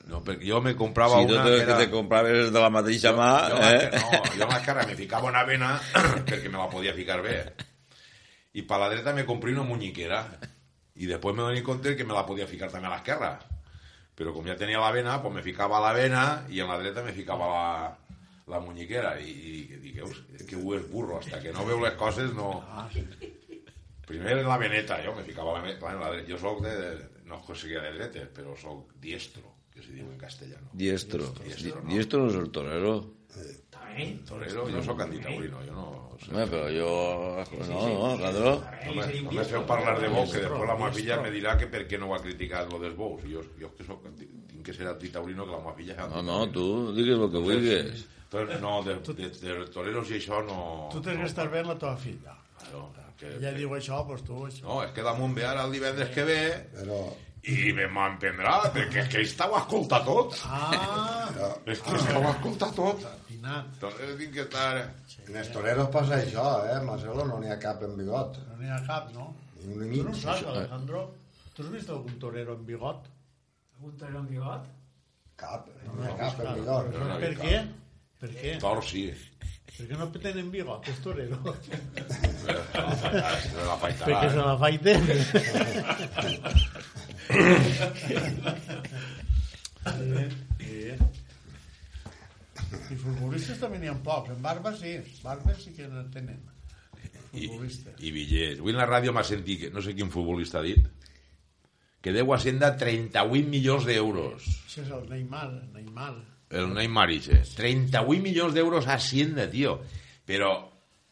no, perquè jo me comprava si una... totes les que te compraves de la mateixa mà, jo, eh? eh? no, jo a l'esquerra me ficava una vena perquè me la podia ficar bé. I per la dreta me compré una muñequera. I després me doné compte que me la podia ficar també a l'esquerra. Però com ja tenia la vena, pues me ficava la vena i en la dreta me ficava la, la muñequera. I, i dic, "Eus, que ho és burro, hasta que no veu les coses no... Primer en la veneta, jo me ficava la veneta, clar, en la dreta. Jo soc de, no aconseguia de dretes, però soc diestro, que se diu en castellano. Diestro. Diestro, no. Diestro no és el torero. També. Torero, jo sóc antitaurino, jo no... Home, però jo... No, no, claro. Home, només feu parlar de bou, que després la meva filla me dirà que per què no ho ha criticat lo dels bous. Jo, jo que soc, tinc que ser antitaurino, que la meva filla... és No, no, tu digues el que vulguis. Entonces, no, de, de, de toreros i això Ah, no... Tu tens que estar bé amb la teva filla. Claro, que, Ella diu això, doncs tu això. No, és que damunt ve ara el divendres que ve Però, i me m'emprendrà, perquè és que està ho escolta tot. Ah, És que està ho escolta tot. finat. Entonces, tinc que estar... en els toreros passa això, eh? Marcelo no n'hi ha cap en bigot. No n'hi ha cap, no? Ni un i Tu no ho mig. saps, Alejandro? Tu has vist algun torero amb bigot? Un torero amb bigot? Cap, no n'hi ha cap en bigot. no n'hi Per ha què? Per què? Tor, sí. Perquè no tenen bigot, els toreros. Se la faitarà. Perquè se la faiten. Eh, I futbolistes també n'hi ha pocs. En Barba sí, Barba sí que no tenen. I, Futbolistes. i Villers. Avui en la ràdio m'ha sentit, que no sé quin futbolista ha dit, que deu a Hacienda 38 milions d'euros. Això és el Neymar, Neymar. El Neymar Ixe. 38 milions d'euros a Hacienda, tio. Però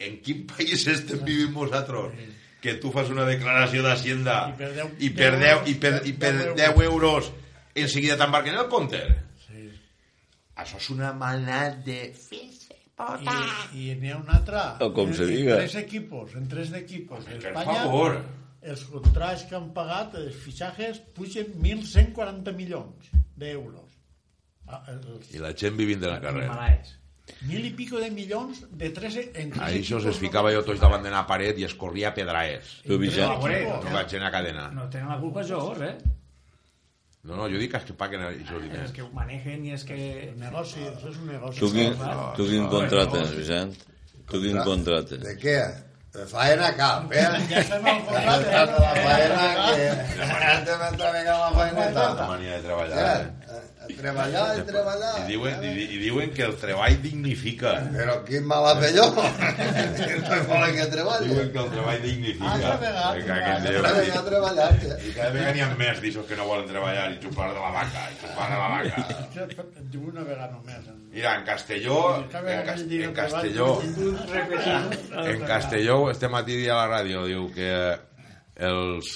en quin país Ah. estem vivint vosaltres? Que tu fas una declaració d'Hacienda I per deu- i per 10, i per, i per deu 10 euros en seguida t'embarquen el compte. Sí. Això és una manat de... I, i n'hi ha un altre. O com se En- en diga. Tres equipos, en tres equipos. Per favor. els contrats que han pagat, els fitxatges, pugen 1.140 milions d'euros. Ah, els- I la gent vivint de la carrera. Malaets. Mil i pico de milions de tres... En tres A això equipos, es ficava jo tots davant d'una paret i es corria a pedraes. Tu, Vicent, Hombre, No vaig anar a cadena. No tenen la culpa els jugadors, eh? No, no, jo dic que paguen aquests Els diners. que ho manegen i els que... El negoci, això és un negoci. tu quin, tu quin no, contrat tens, Vicent? Tu quin contrat tens? De què? De faena cap, eh? Ja estem al Ara contrat. està eh? la faena que... Ara estem entrant a la La faeneta. mania de treballar. Era, eh? a- a treballar i treballar. I diuen, i, di- i diuen que el treball dignifica. Però quin mal ha fet jo? No hi volen que treballi. Diuen que el treball dignifica. Altra vegada. Que Ja aquest Déu, treballar, i- treballar, ja. I cada vegada n'hi ha més d'aixòs que no volen treballar i xupar de la vaca, i xupar de la vaca. Això et diu una vegada només. En... Mira, en Castelló, Cada en, vegada cas, que dic en el treball, Castelló, Eh. tu repetint. en Castelló, este matí dia a la ràdio, diu que eh, els,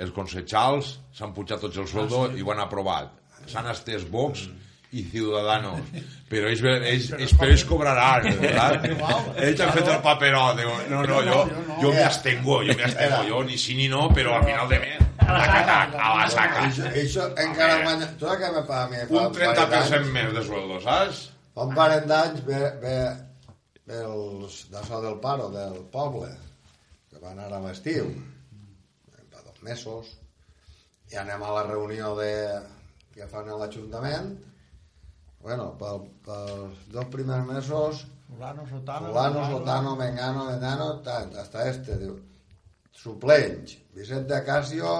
els concejals s'han pujat tots el sueldo i ho han aprovat. S'han estès Vox i Ciudadanos, Mm. però ells, ells, ells, però ells cobraran, ¿verdad? ells han fet el paperot, diu, no, no, jo, jo m'hi abstengo, jo m'hi abstengo, jo ni sí ni no, però al final de mes, tac, tac, a la saca. Això, això encara guanya... Tu que me paga a mi fa Un 30% més de sueldo, saps? Fa un parell d'anys ve, ve, ve els d'això del paro, del poble, que van anar a l'estiu, fa dos mesos, i anem a la reunió de, que fan a l'Ajuntament, bueno, pel, pels dos primers mesos, Fulano, sotano... fulano, sotano, mengano, mengano, tant, hasta este, diu, suplents, Vicent de Casio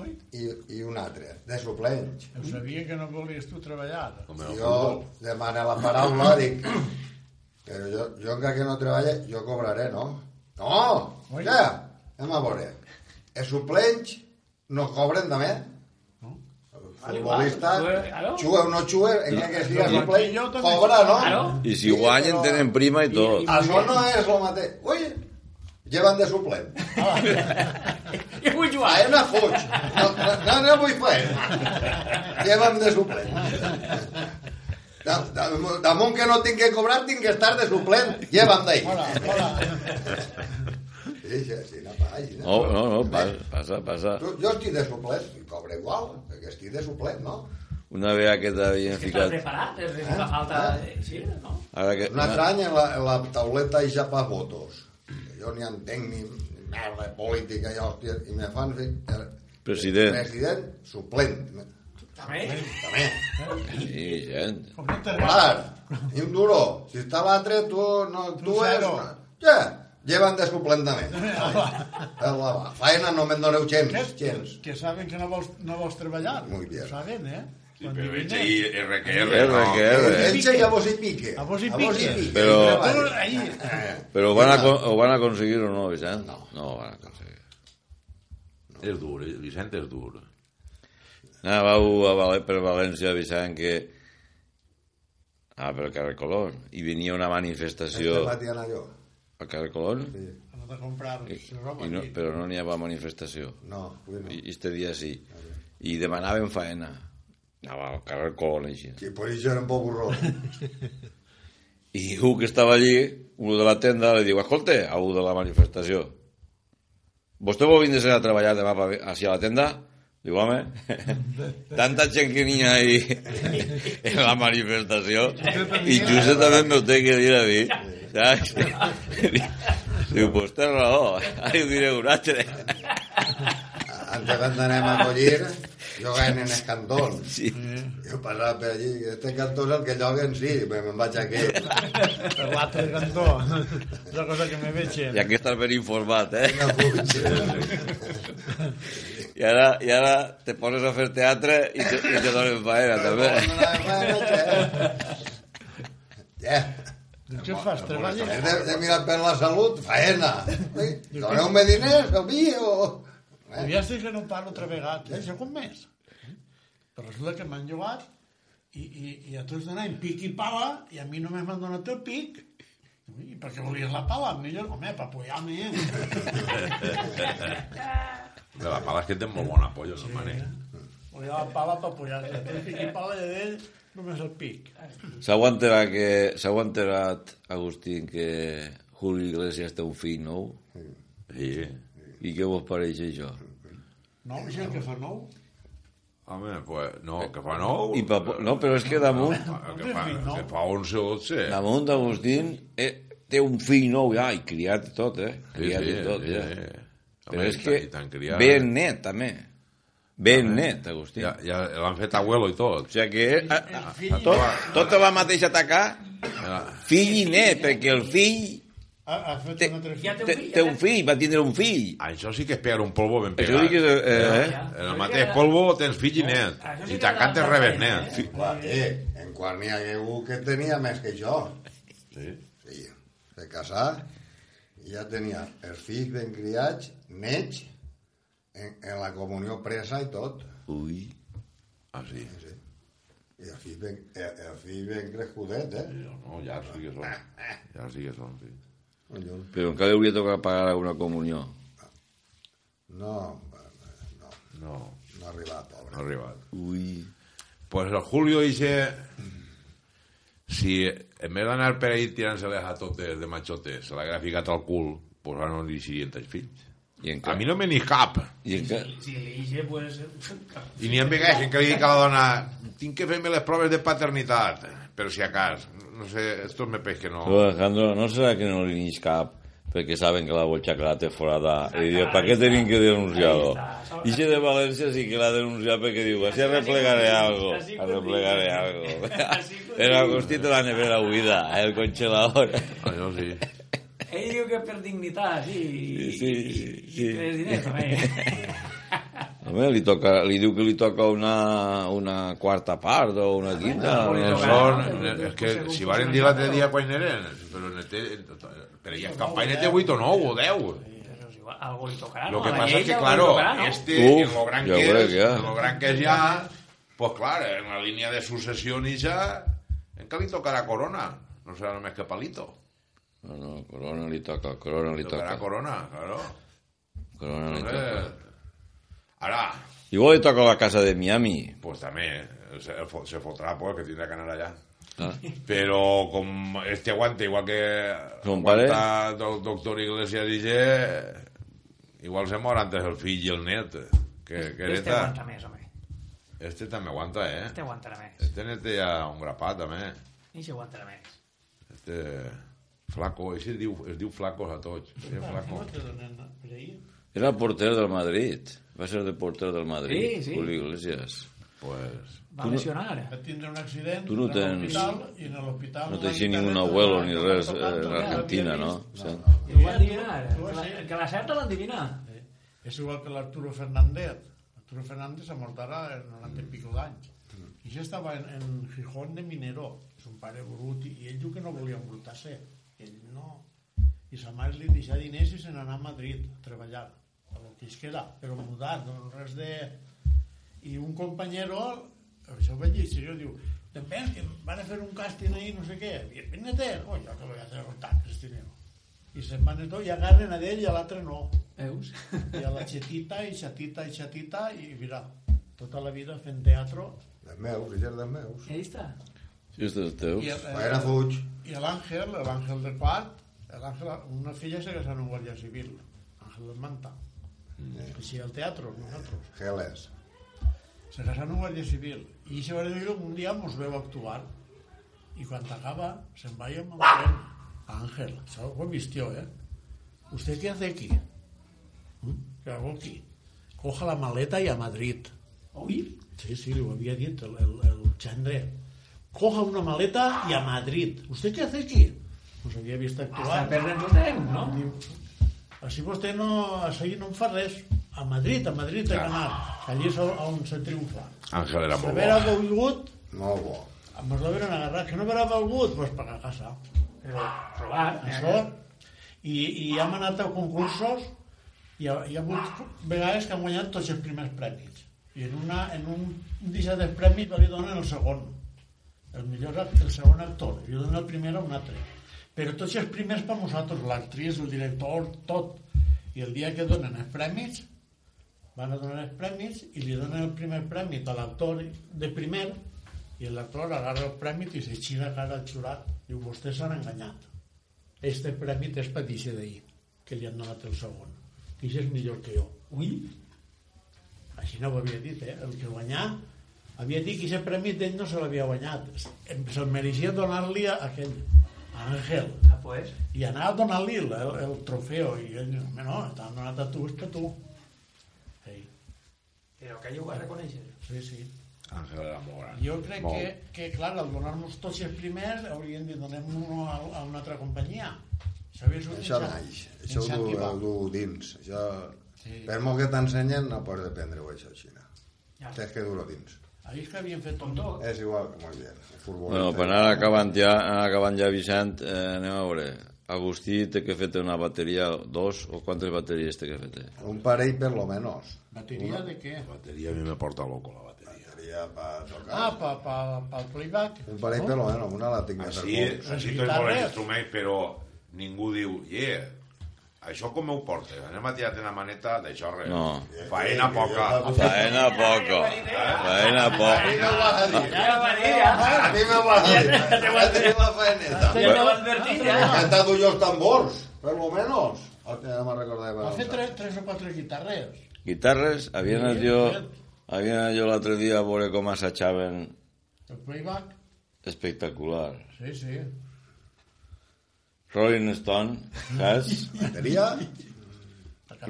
Ui, i, i un altre, de suplents. ho sabia que no volies tu treballar. Jo demano la paraula, dic... Però jo, jo encara que no treballe, jo cobraré, no? No! Oi. Ja! Anem a veure. Els suplents no cobren també? El futbolista, Igual, claro. xue o no xue, en què que siga i- suplent, jo també. cobra, no? Claro. I si guanyen però tenen prima i tot. Això no és el mateix. Ui, llevan de suplent. I vull jugar. Faena fuig. eh? No, no, no, no vull faena. Llevan de suplent. Da- da- Damunt que no tinc que cobrar, tinc que estar de suplent. Lleva'm d'ahir. Hola, hola. Sí, sí, sí, no faig. No, Oh, no, no, passa, passa. passa. Tu, jo estic de suplent, i cobro igual, perquè estic de suplent, no? Una vegada que t'havien Estàs ficat... preparat, és que fa falta... Sí, no? Ara que... Una tranya en la, en la tauleta i ja fa votos. Jo ni entenc ni ni merda de política i hòstia, i me fan fer... President. President, suplent. També. També. Sí, gent. Com no t'agrada. Clar, i un duro. Si està l'altre, tu no actues... zero. Ja, llevan de suplentament. És la va. Faena no me'n doneu gens, Aquests gens. que saben que no vols, no vols treballar. Muy bien. Ho saben, eh? Sí, Quan però veig divinen. ahir RQR, Eh, no? que, eh, Ells ja vos hi pique. A vos hi pique. Però- Tu, I treballa. ahir, Eh, Però ho van, aco ho van aconseguir o no, Vicent? No. No ho van aconseguir. És dur, eh? Vicent és dur. Anàveu Ah, a Val per València avisant que... Ah, per carrer Colón. I venia una manifestació Este matí anar jo. al carrer Colón, Hem de comprar roba i no, aquí. però no n'hi havia manifestació. No, avui no. I este dia sí. I demanaven faena. Anava al carrer Colón, així. Si per això era un poc burró. I un que estava allí, un de la tenda, li diu, escolte, a un de la manifestació, vostè vol vindre a treballar demà pa- hacia la tenda? Diu, home, tanta gent que n'hi ha ahí en la manifestació i Josep també m'ho té que dir a mi, saps? Diu, pues té raó, ara ho diré un altre. Endavant anem a collir, lloguen en els cantons. Sí. Jo passava per allí, este cantó és el que lloguen, sí, me- me'n vaig aquí. Per l'altre cantó. La cosa que me veixen. I aquí estàs ben informat, eh? No fuig. I ara, i ara te poses a fer teatre i te, i te donen faena, Eh, també. Ja. Doncs Què fas? Treballes? Hem de, de mirar per la salut, faena. Ui, Doneu-me diners, o mi, o... Eh? Aviam si que no parlo altra vegada. Ja, això com més? Però resulta que m'han llogat i, i, i a tots donant pic i pala i a mi només m'han donat el pic. I per què volies la pala? Millor, home, per apoyar-me. De la pala és que té molt bon apoyo, no, Mane? Volia la pala per apoyar-me. El pic i pala i d'ell només el pic. S'heu enterat, que, s'heu enterat, Agustín, que Julio Iglesias té un fill nou? Sí. I què vos pareix això? No, això que fa nou. Home, pues, no, que fa nou... Eh, I pa, no, però és que damunt, Que fa, que fa 11 o 12. damunt d'Agustín eh, té un fill nou ja, i criat i tot, eh? Criat i tot, ja. Però Home, és i que tant- i tant criat. ben net, també. Ben net, Agustín. Ja, ja l'han fet abuelo i O tot. sigui que eh, a, a, a tot, tota la mateixa atacar, fill i net, perquè el fill Ha, ha fet Té- una altra Ja té filla. un Té, fill. té un fill, va tindre un fill. Això sí que és pegar un polvo ben Això pegat. sí que és... Eh, eh? Ja. En el mateix polvo tens fill i net. Això sí I que t'encantes era rebent bastant net. bé, Clar, eh, en quart n'hi hagué un que tenia més que jo. Sí. Sí, se casà i ja tenia els fills ben criats, nets, en, en la comunió presa i tot. Ui. Ah, sí. I els fills ben, el, el fill ben crescudet, eh? No, ja sí que són. Ja sí que són, sí. Collons. Però encara hauria tocat pagar alguna comunió. No, no, No, no ha arribat, no ha pobre. arribat. Ui. Pues el Julio dice, si en vez d'anar per ahí tirant-se-les a totes de machotes, se l'hagués ficat al cul, pues ara no li serien tres fills. I A encara... mi no me n'hi cap. I encara... Si, si l'eixe, pues... I n'hi ha vegades que li dic a la dona tinc que fer-me les proves de paternitat, per si a cas. No sé, estos me peix que no. Però, Alejandro, no serà que no li neix cap perquè saben que la butxaca la té forada i diu, per què tenim que denunciar-ho? I si de València sí que l'ha denunciat perquè diu, així arreplegaré algo, arreplegaré algo. Però Agustí té la nevera huida, el congelador. Això sí. Ell diu que per dignitat, sí. I, Sí, i- sí, i sí. tres diners, també. Home, li, toca, li diu que li toca una, una quarta part o una quinta. No No sé. són, és que si varen dir l'altre dia quan eren, però ne té, per allà en campanya té 8 o 9 o 10. Però és igual, algú li tocarà, Lo no? que A la pasa es que, llei algú li claro, tocarà, no? este, Uf, en lo gran ja ho que veuràs, es, ja. en lo gran que es ya, pues claro, en la línea de sucesión y ya, en que li tocarà corona, no serà només que palito. No, no, corona li toca, corona li Li tocarà toca. corona, claro. Corona li toca. Eh, ara, Igual li toca la casa de Miami. pues també, eh, se, fo- se fotrà, pues, que tindrà que anar allà. Ah. Però com este aguanta, igual que Son aguanta el doctor Iglesias i G, igual se mor antes el fill i el net. Que, Este que hereta. aguanta més, home. Este també aguanta, eh? Este aguantarà més. Este net té ja un grapat, també. Eixe aguantarà més. Este... Flaco, ese es diu, es diu flacos a tots. Eh, flaco. Era el porter del Madrid. Va ser de porter del Madrid, Sí, sí. Julio Iglesias. Pues... Va lesionar. Va tindre un accident Tu no en l'hospital, tens- i en l'hospital No l'any té així que ni ve un no abuelo va ni tocar, res eh, tocar, tocar, en no havia Argentina, vist. no? I Sí. ho va endevinar. Tu Que vas la- ser. Que la certa l'endevinar. És igual que l'Arturo Fernández. Arturo Fernández se mortarà en 90 i pico d'anys. I això estava en, en Gijón de Minero, és un pare brut, i ell diu que no volia embrutar-se. Ell no. I sa mare li deixà diners i se n'anà a Madrid a treballar, a lo que es queda, però mudat, no res de... I un companyero, això ho vaig llegir, jo diu, també és que van a fer un càsting ahir, no sé què, i vine-te, oh, jo que voy a hacer un tant, Cristinero. I se'n van els dos, i agarren a d'ell i a l'altre no Veus? i a la xetita, i xetita, i xetita, i mira, tota la vida fent teatre. Dels meus, fills dels meus. Ahí està. Sí, este és teu. I, el- Era fuig. i l'Àngel, l'Àngel de Quart, l'Àngel, una filla s'ha casat en Guàrdia Civil, Àngel de Manta. Així al teatre, nosaltres. Geles. S'ha casat en Guàrdia Civil. I això va dir que un dia mos veu actuar. I quan acaba, se'n va amb el tren. Àngel, això ho vistió, eh? ¿Usted qué hace aquí? "Mm, ¿Qué hago aquí? Coja la maleta y a Madrid. Oi? Sí, sí, lo había dicho el, el, el Chandre. Coja una maleta y a Madrid. ¿Usted qué hace aquí? Pues había visto Està actuar. perdent el temps, no? Diu, Així vostè no, així no em fa res. A Madrid, a Madrid, a Canar. Que allí és on se triomfa. Àngel era Si molt haver bo. volgut, Molt bo. ens l'havien agarrat. Que no haver volgut, doncs per a casa. Però robar, eh? Això. I, I hem anat a concursos i hi ha, hi ha hagut vegades que han guanyat tots els primers premis. I en, una, en un deixat dels premis li donen el segon. El millor act- el segon actor. I li donen el primer a un altre. Però tots els primers per nosaltres, l'actriz, el director, tot. I el dia que donen els premis, van a donar els premis i li donen el primer premi a l'actor de primer i l'actor agarra el premi i se xina cara al jurat. Diu, vostès s'han enganyat. Este premi és per d'ahir, d'ahir, que li han donat el segon. I és millor que jo. Ui, així no ho havia dit, eh? El que guanyà, havia dit que aquest premi d'ell no se l'havia guanyat. Em- Se'l mereixia donar-li a aquell, a Àngel. Ah, pues. I anar a donar-li el, el, el trofeu. I ell diu, "Home, no, t'han donat a tu, és per tu. Sí, Però que ell ho va reconèixer. sí, sí. Àngel era molt gran. Jo crec Molt. que, que, clar, al donar-nos tots els primers haurien de donar-nos a, a una altra companyia. Això havia sortit Això ja. naix, això ho, du- Incentivar. ho du dins. Això... Sí. Per molt que t'ensenyen, no pots dependre-ho, això, a Xina. Ja. Tens que dur-ho dins. Ahir és que havien fet com tot. És igual que molt bé, el futbolista. Bueno, per anar acabant ja, anar acabant ja Vicent, eh, anem a veure. Agustí té que fer una bateria, dos, o quantes bateries té que fer? Un parell per lo menos. Bateria de què? La bateria a mi me porta loco, la bateria. Seria per tocar. Ah, pa, pa, pel playback. Un parell per lo menos, una la tinc de Així, recull. així tots volen instruments, però ningú diu, yeah, això com ho portes? Anem a tirar una maneta de xorre. No. Faena poca. Faena poca, faena poca. No ho has dit. Ja ho va dir, ja. A mi me ho has dit. Ja tenim la faeneta. Ja ho va advertir, ja. Ja t'ha dur jo els tambors, per lo menos. Hòstia, no me'n recordava. Va fer tres, tres o quatre guitarres. Guitarres, havia anat jo, havia anat jo l'altre dia a veure com assajaven El playback. espectacular. Sí, sí. Rolling Stone, saps? Bateria?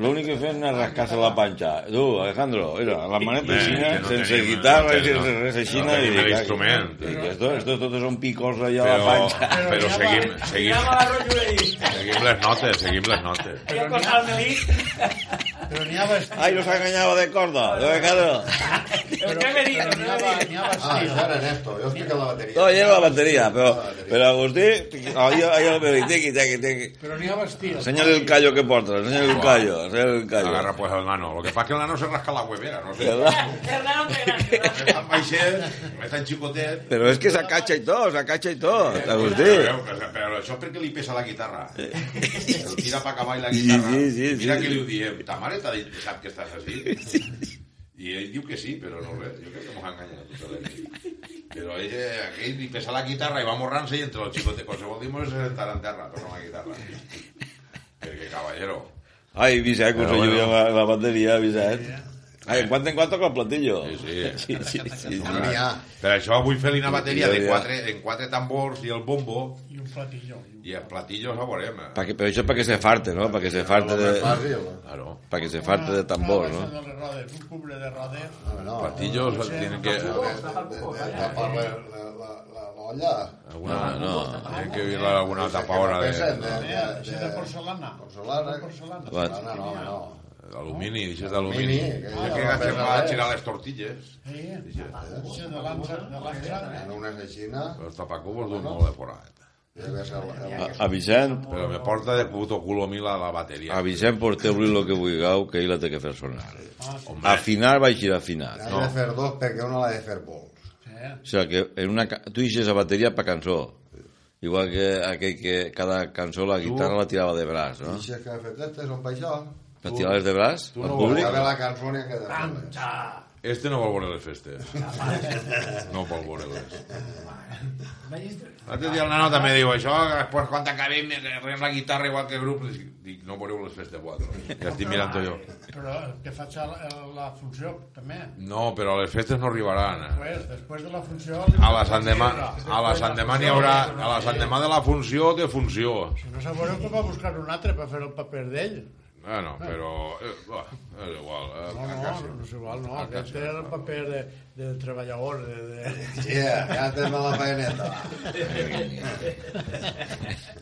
L'únic que feien era rascar-se la panxa. Tu, Alejandro, mira, la maneta Eh, així, que no sense tenim, guitarra i no, sense res així. no tenim dic, l'instrument. dic, Esto, esto, tot són picos allà a la Però, panxa. però seguim, Ja seguim, me la rotllo i dic, seguim les notes, seguim les notes. jo cosa al melit, Però n'hi ha vestit. Ay, los ha engañado de corda, de Alejandro. el que me dit, el N'hi ha, que me dit. n'hi ha Ah, vestit. això era Néstor, jo estic a la bateria. No, ayer la batería, pero, pero Agustí, ahí, ahí el melit, tiqui, tiqui, tiqui. Però n'hi ha vestit. Señor el callo que porta, señor el callo, señor el callo. Agarra pues el nano. Lo que pasa es que el nano se rasca la huevera, no sé. ¿Verdad? Hernán, que gràcies. Més tan baixet, més tan xicotet. Pero es que se acacha y todo, se acacha y todo, Agustí. Eh, Però, però això és perquè li pesa la guitarra. El tira pa cavall la Eh. Sí, guitarra. sí, sí, Mira sí. que li ho diem. Ta mare t'ha dit que sap que estàs així. I ell diu que sí, però no res. Jo crec que mos ha enganyat. tota la nit. Però ell, eh, aquell li pesa la guitarra i va morrant-se i entre els xicos de qualsevol dimos se sentarà en terra, però amb la guitarra. Perquè, caballero, Ay, Vicent, que us Però bueno. ayuda la, la batería, Vicent. Ay, en cuanto en cuanto con el platillo. Sí, sí. sí, sí, sí. N'hi ha. per això vull fer-li una bateria de Ja, ja. quatre, en quatre tambors i el bombo I un platilló. i el platillo ja veurem. eh. Pa que, però això perquè se farte, no? Perquè se farte Lo més de, fàcil. Claro. perquè se farte de tambor, Una no? baixa de les rodes, un cubre de rodes. No, eh, no. Platillos tienen que... ¿eh? Tapar la- la- la- la- l'olla. Alguna, Ah, no, tienen eh. que vivir alguna tapadora de, Eh, això de porcelana. Porcelana. Porcelana. Va. Porcelana, eh? no, home, no. de alumini, dices d'alumini. Alumini, que- Ja que gastem a girar les tortilles, Sí, això de l'ansa, de l'ansa. En unes de Xina, els tapacubos d'un molt de forat. ja ve a ser la- A, a Vicent, Però me porta de puto culo a mi la, la bateria. Ah, a Vicent porteu-li el que vulgueu, que ell la té que fer sonar. Home, Afinar vaig ir afinat. N'has de fer dos perquè una l'ha de fer vols. O sigui, que en una, ca- tu deixes la bateria per cançó. Igual que aquell que cada cançó la guitarra la tirava de braç, no? I si és que ha fet este, són pa això. La tiraves de braç tu al no públic? Ja ve la cançó n'hi ha que de fer-les. este no vol veure les festes. No vol veure les. L'altre dia el nano també diu això, que després quan t'acabem rem la guitarra igual que el grup, dic, no veureu les festes vosaltres. Ja estic mirant jo. Però que faig a la, a la funció, també. No, però les festes no arribaran. Eh? Pues, després de la funció... A la Sant Demà, a la Sant Demà n'hi haurà, a la Sant Demà de la funció de funció. No sabreu que va buscar un altre per fer el paper d'ell. Bueno, però... Eh, va, és igual. Eh, No, no, no, no és igual, no. Aquest era el paper de, de treballador, de... de... Yeah, ja tens la faeneta.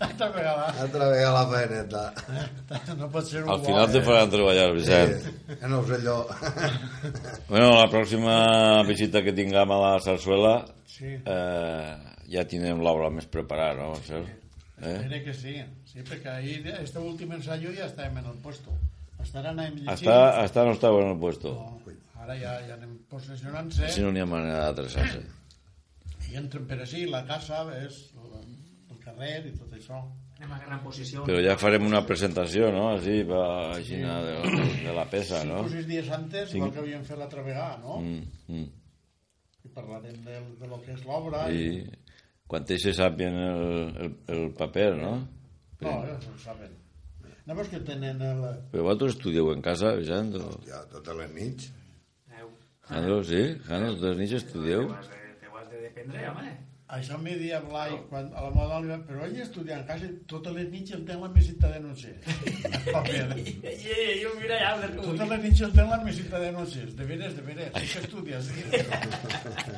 Altra vegada. Altra vegada la faeneta. No pot ser un eh? Al final te faran treballar, Vicent. Eh, En Ocelló. Bueno, la pròxima visita que tinguem a la Sarsuela Sí. eh, ja tindrem l'obra més preparada, no? Marcel? Eh? Crec que sí, sí, perquè ahir, este últim ensaio ja estàvem en el puesto. Estaran anant llegint... Està, està no estava en el puesto. No, ara ja, ja anem possessionant-se Si no n'hi ha manera d'adreçar-se. i entren per així, la casa, és el carrer i tot això. Anem a gran posició. Però ja farem una presentació, no? Així, per, així de, de, de la peça, no? Cinc o sis dies antes, igual que havíem fet l'altra vegada, no? Mm, mm. I parlarem de, de lo que és l'obra. I I... quan ells se sàpien el, el, el paper, no? No, eh, no ho saben. No veus que tenen el... Però vosaltres estudieu en casa, Vicent? O... Ja, totes les nits. Adéu. Jano, sí? Jano, tu nits estudieu? Te ho has de- Te ho has de dependre, home. Això m'hi dia Blai, quan a la moda li va... Però ell estudia en casa i totes les nits el ten la mesita de noche. El paper. I- i- i Jo mira ja, Albert, com ho Totes dic. les nits el ten la mesita de noche. De veres, de veres. Sí que estudies. Sí.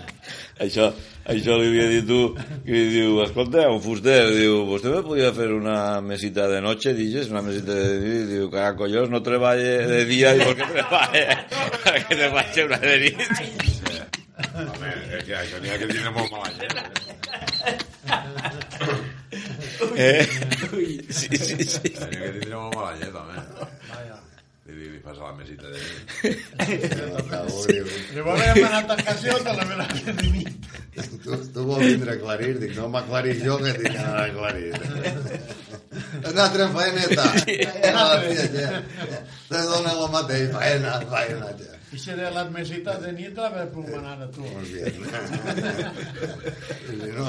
Això, això li havia dit tu, que li diu, escolta, un fuster, diu, vostè me podia fer una mesita de noche, dices, una mesita de nit, diu, cara, collons, no treballe de dia, i per què treballe? Per què te faig una de nit? Home, és que això n'hi ha que tindre molt mala gent. Eh? Sí, sí, sí. N'hi ha que tindre molt mala gent, home. Li, li, li fas a la mesita de nit. Llavors hem anat d'ocasió a la meva de nit. Tu, tu vols vindre a aclarir? Dic, no m'aclaris jo que tinc d'anar a aclarir. És una altra faeneta. Ja, ja, ja. Te dona la mateixa faena, faena, ja. I seré les mesites de nit la vaig promenar a tu. Molt bé. I si no,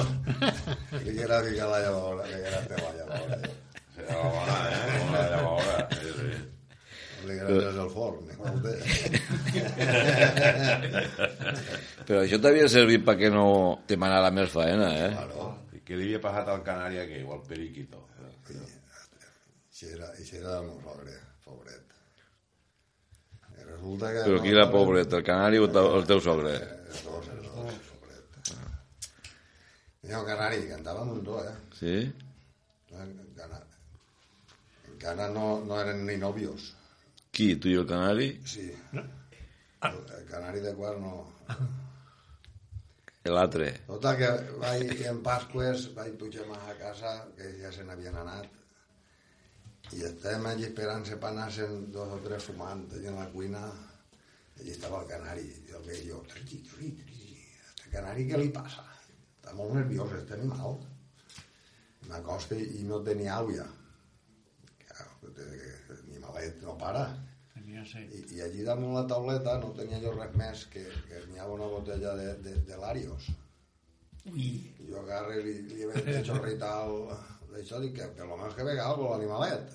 li era ficar la llavora, li era fer la llavora. Serà bona, eh? Bona llavora. Sí, sí. Li era des del forn, igual té. Però això t'havia servit perquè no te manara més faena, eh? Claro. I Què li havia passat al canari aquell, o al periquito? Això era, això era el meu sogre, pobret. I resulta que... Però qui era pobret, el canari o el teu- el teu sogre? Els dos, els dos, pobret. Hi ha un canari que cantava un muntó, eh? Sí? En Ghana, en Ghana no, no eren ni novios. Qui, tu i el canari? Sí. El, el eh, canari de quart no. L'altre. Total, Tota que vaig en Pasques, vaig pujar a casa, que ja se n'havien anat, i estàvem allí esperant-se per anar-se'n dos o tres fumant allà en la cuina, i estava el canari, i el veig jo, triqui, triqui, triqui, el canari què li passa? Està molt nerviós, està animal. M'acosta i no tenia àvia. Animalet no para. Tenia set. I, i allí damunt la tauleta no tenia jo res més que, que n'hi havia una botella de, de, de Larios. Ui, Jo agarre i li, li veig de xorritar el- d'això, dic que per lo menos que vega algo l'animalet.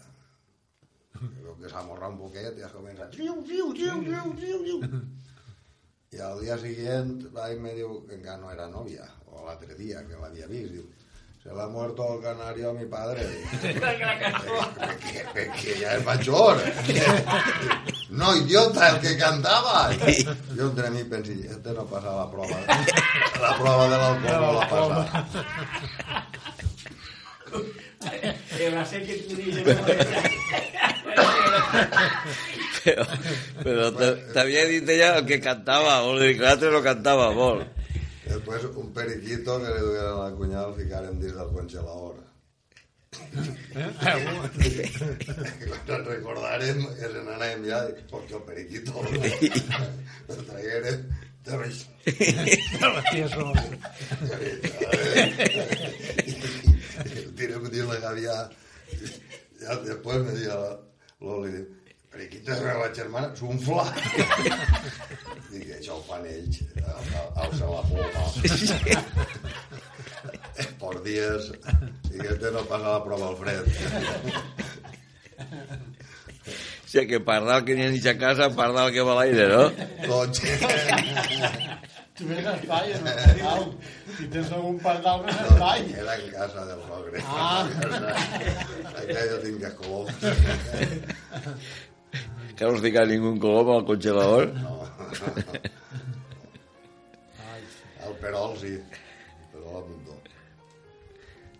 I Veu que s'ha morrat un poquet i ja comença... Riu, riu, riu, riu, riu, riu. I al dia siguient va i me diu que encara no era nòvia, o l'altre dia que l'havia vist, diu, se l'ha muerto el canario a mi padre. Perquè, perquè ja és major. No, idiota, el que cantava. Jo entre mi pensi, este no passa la prova. La prova de l'alcohol no la passa. eh, va ser que tu dius... Però, però te- t'havia dit ella el que cantava, vol dir que l'altre no cantava molt. Després un periquito que li dugueren a la cunyada el ficaren dins del congelador. I quan ens recordarem que se n'anàvem ja, dic, perquè el periquito el tragueren de baix. Tiene que decirle que había. Ya después me dijo la- Loli, periquito de la meva germana, és un fla. Dic, això ho fan ells, al- al ser la ploma. Por dies, i este no passa la prova al fred. O sigui que pardal que n'hi ha ni a casa, pardal que va a l'aire, no? Tots. Tu vés a espai, en el pardal. Si tens algun pardal, vés a espai. Era en casa del sogre. Ah. Aquella jo tinc color. Que no us fica ningú colom al congelador. El perol, sí. El perol a muntó.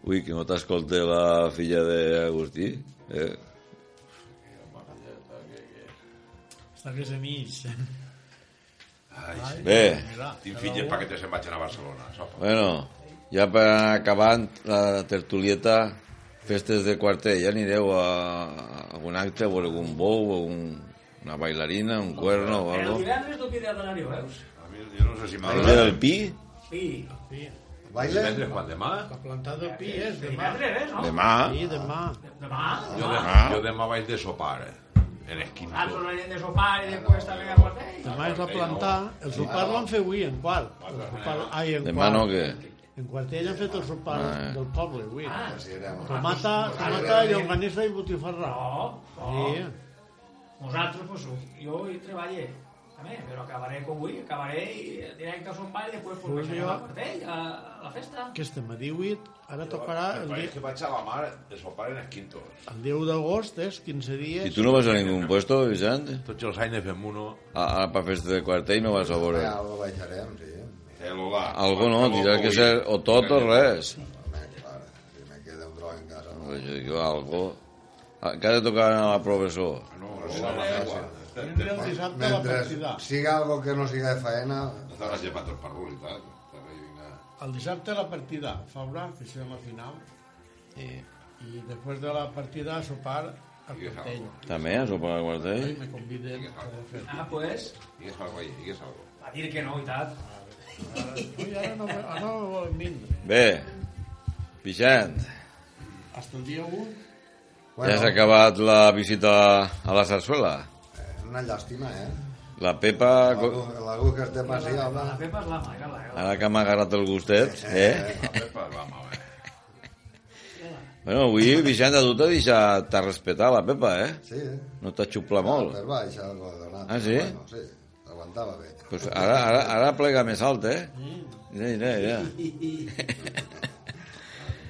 Ui, que no t'escolta la filla d'Agustí. Eh? Està que se mig. Ai, sí. Bé, Tinc fills perquè te se'n vagin a Barcelona. sopa. bueno, ja per anar acabant la tertulieta, festes de quartet, ja anireu a, a algun acte, a veure algun bou, o un, una bailarina, un cuerno o El algo. divendres tu queda d'anar a veus? A mi, jo no sé si El m'agrada. dia del Pi? Sí. Baila? Divendres, quan demà? La plantada del pi és demà. Divendres, eh, no? Demà. Sí, demà. Demà. Jo demà, jo demà vaig de sopar, eh? En Ah, Nosaltres Esquinto. no anem de sopar i després també a quartet. Demà és la plantar. El sopar l'han fet avui, en quart. El sopar, ai, en Demà quart. no, que... En quartell han fet el sopar Ah. del poble, avui. Ah, Sí, era molt- Tomata, tomata, llonganissa i botifarra. No, no. Sí. Nosaltres, pues, jo hi treballo també, però acabaré com avui, acabaré i directe a son pare i després pues, pues jo- a cartell, a, a la festa. Aquesta m'ha 18, ara tocarà el, Però és di que vaig a la mare de sopar en Esquinto. el 10 d'agost, és 15 I dies. tu no vas a ningú puesto, Vicent? Tots els anys fem uno. A, a, per festa de quartet no vas a veure. Ja ho baixarem, sí. Cèl·lula. Algo no, tindràs que ser o tot o res. Home, clar, si me queda un droga en casa... No. Jo dic, algo... Ah, Encara tocaran a la professor. Ah, No, la llengua. Vindré el dissabte a la partida. Mentre siga algo que no siga de faena, Estava llepat el parrul i tal. Estava llunyant. El dissabte a la partida. Faura, que serà la final. Sí. I després de la partida a sopar a Cortell. També, a sopar al I quartell? me conviden a fer. Ah, doncs, pues, Digues algo ahí, digues algo. a dir que no, i tant. Ui, ara no, me- ara no me volen vindre. Bé, Pixant, Hasta el dia 1, ja s'ha acabat la visita a la sarsuela. eh, una llàstima, eh? La Pepa, co- Algú, algú que esté passi, home. La Pepa és la maga, la gala. ara que m'ha agarrat el gustet, eh? La Pepa, va, home. Bueno, avui, Vicent, a tu t'ha deixat a respetar la Pepa, eh? Sí, eh? No t'ha xuplat molt. Per baix, algo donat. Ah, sí? Bueno, sí, aguantava bé. Pues ara, ara, ara plega més alt, eh? Mira, mira, mira.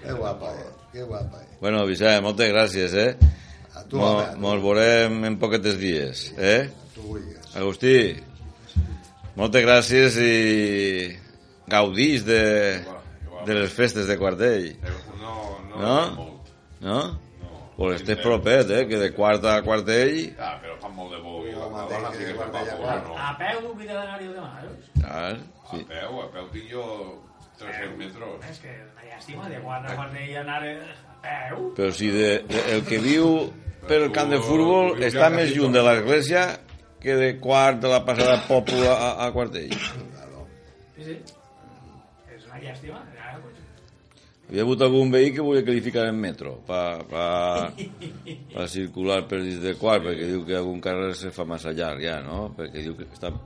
Que guapa, eh? Que guapa, eh? Bueno, Vicent, moltes gràcies, eh? A tu, home, a Mo- tu, Mos veurem en poquetes dies, eh? a tu vulguis. Agustí, moltes gràcies i gaudís de, de les festes de quartell, No, no, No? molt. no? Pues estàs propet, eh? Que de quarta a quartell... Ah, però fan molt de bo. I la Home, dona té sí que que fa guardar poc, llavors. no? A peu d'un vídeo d'anar-hi de mares. Ah, A sí. peu, a peu tinc jo 300 metres. Eh? És que una llàstima de guardar quan ell anar a peu. Però si de, de, el que viu per el camp de futbol està més lluny de l'església que de quart de la passada poble a, a quartell. Claro. Sí, sí. És una llàstima. Ara, pues, Hi ha hagut algun veí que volia que li ficara en metro pa, pa, pa circular per dins de quart, perquè diu que algun carrer se fa massa llarg ja, no? Perquè diu que estan,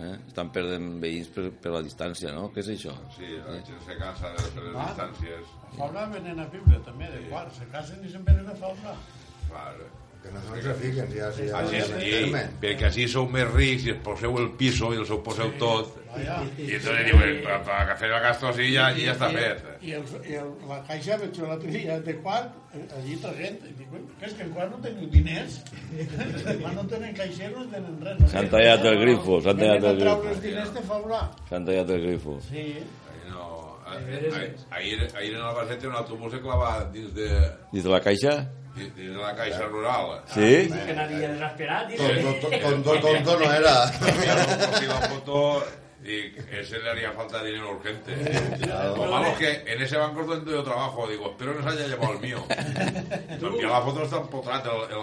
eh? estan perdent veïns per, per la distància, no? Què és això? Sí, la gent se cansa de fer les distàncies. a Faura venen a viure també, de quart. Se casen i se'n venen a Faura. Clar. Que no se'ns fiquen, ja, si ja Així volia és, Ah, sí, meter-me. perquè així sou més rics i es poseu el piso i el sou poseu tot. Vaja. I entonces "Eh, diuen, per, per agafar el gasto així ja, i ja està eh. fet. I, el, i el, la caixa veig la tria de quart, eh, allí traient, i dic, "Ui, que és que en quart no teniu diners, quan no tenen caixeros no tenen res. No S'han tallat el grifo, s'han tallat el grifo. treure els grifo. diners de faula. S'han tallat el grifo. Sí, Ahir No, a- eh, a- ahir, ahir en Albacete un autobús se clava dins de, Dins de la caixa? dins dins de la caixa rural. Sí? que anaria desesperat. I... Tonto, to- tonto, tonto no era. Cogí la foto y ese le haría falta dinero urgente. Lo malo es que en ese banco es donde yo trabajo. Digo, espero no se haya llevado el mío. Envía la foto, está empotrado el, el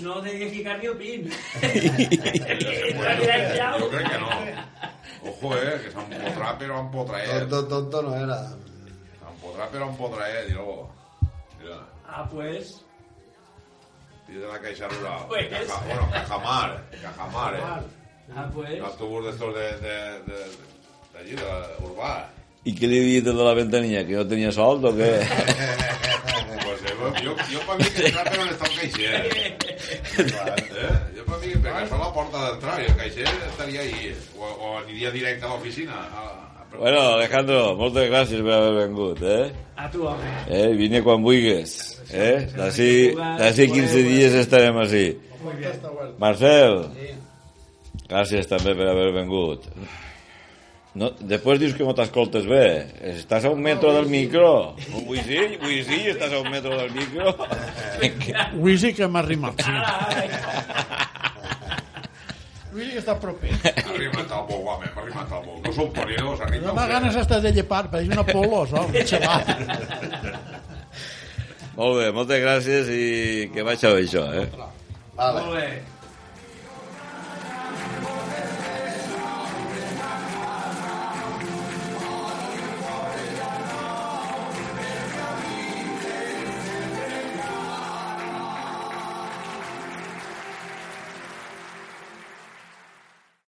No devia ficar ni el pin. Bueno, yo creo que no. Ojo, eh, que se empotrar pero empotraer. Tonto, tonto no era. Se empotrar pero empotraer. Y luego, mira, Ah, pues... dice la caixa rural. Pues. Caja- bueno, Cajamar, Cajamar, eh. Ah, pues... Un autobús de estos de, de, de, de allí, de la- urbà. I què li he dit de la ventanilla? Que no tenia sold o què? Pues eh, jo, jo per mi que entrar però està el caixer. Eh? Jo per mi que per això la porta d'entrada i el caixer estaria ahí. eh. O, o aniria directe a l'oficina. a- a- Bueno, Alejandro, moltes gràcies per haver vengut, eh? A tu, home. Eh, vine quan vulguis, eh? D'ací d'ací 15 dies estarem ací. Muy bien. Marcel, gràcies també per haver vengut. No, després dius que no t'escoltes bé. Estàs a un metro del micro. Oh, Vull sí, vull sí, estàs a un metro del micro. Ui, sí que m'ha rimat. Sí. Ara, ara. Ui, sí que està proper. Arriba't al bou, home, arriba't al bou. No som ponidos, arriba't No al m'ha ganes estar de llepar, pareix una polo, sol, un xaval. Molt bé, moltes gràcies i que vaig a bé això, eh? Vale. Molt bé.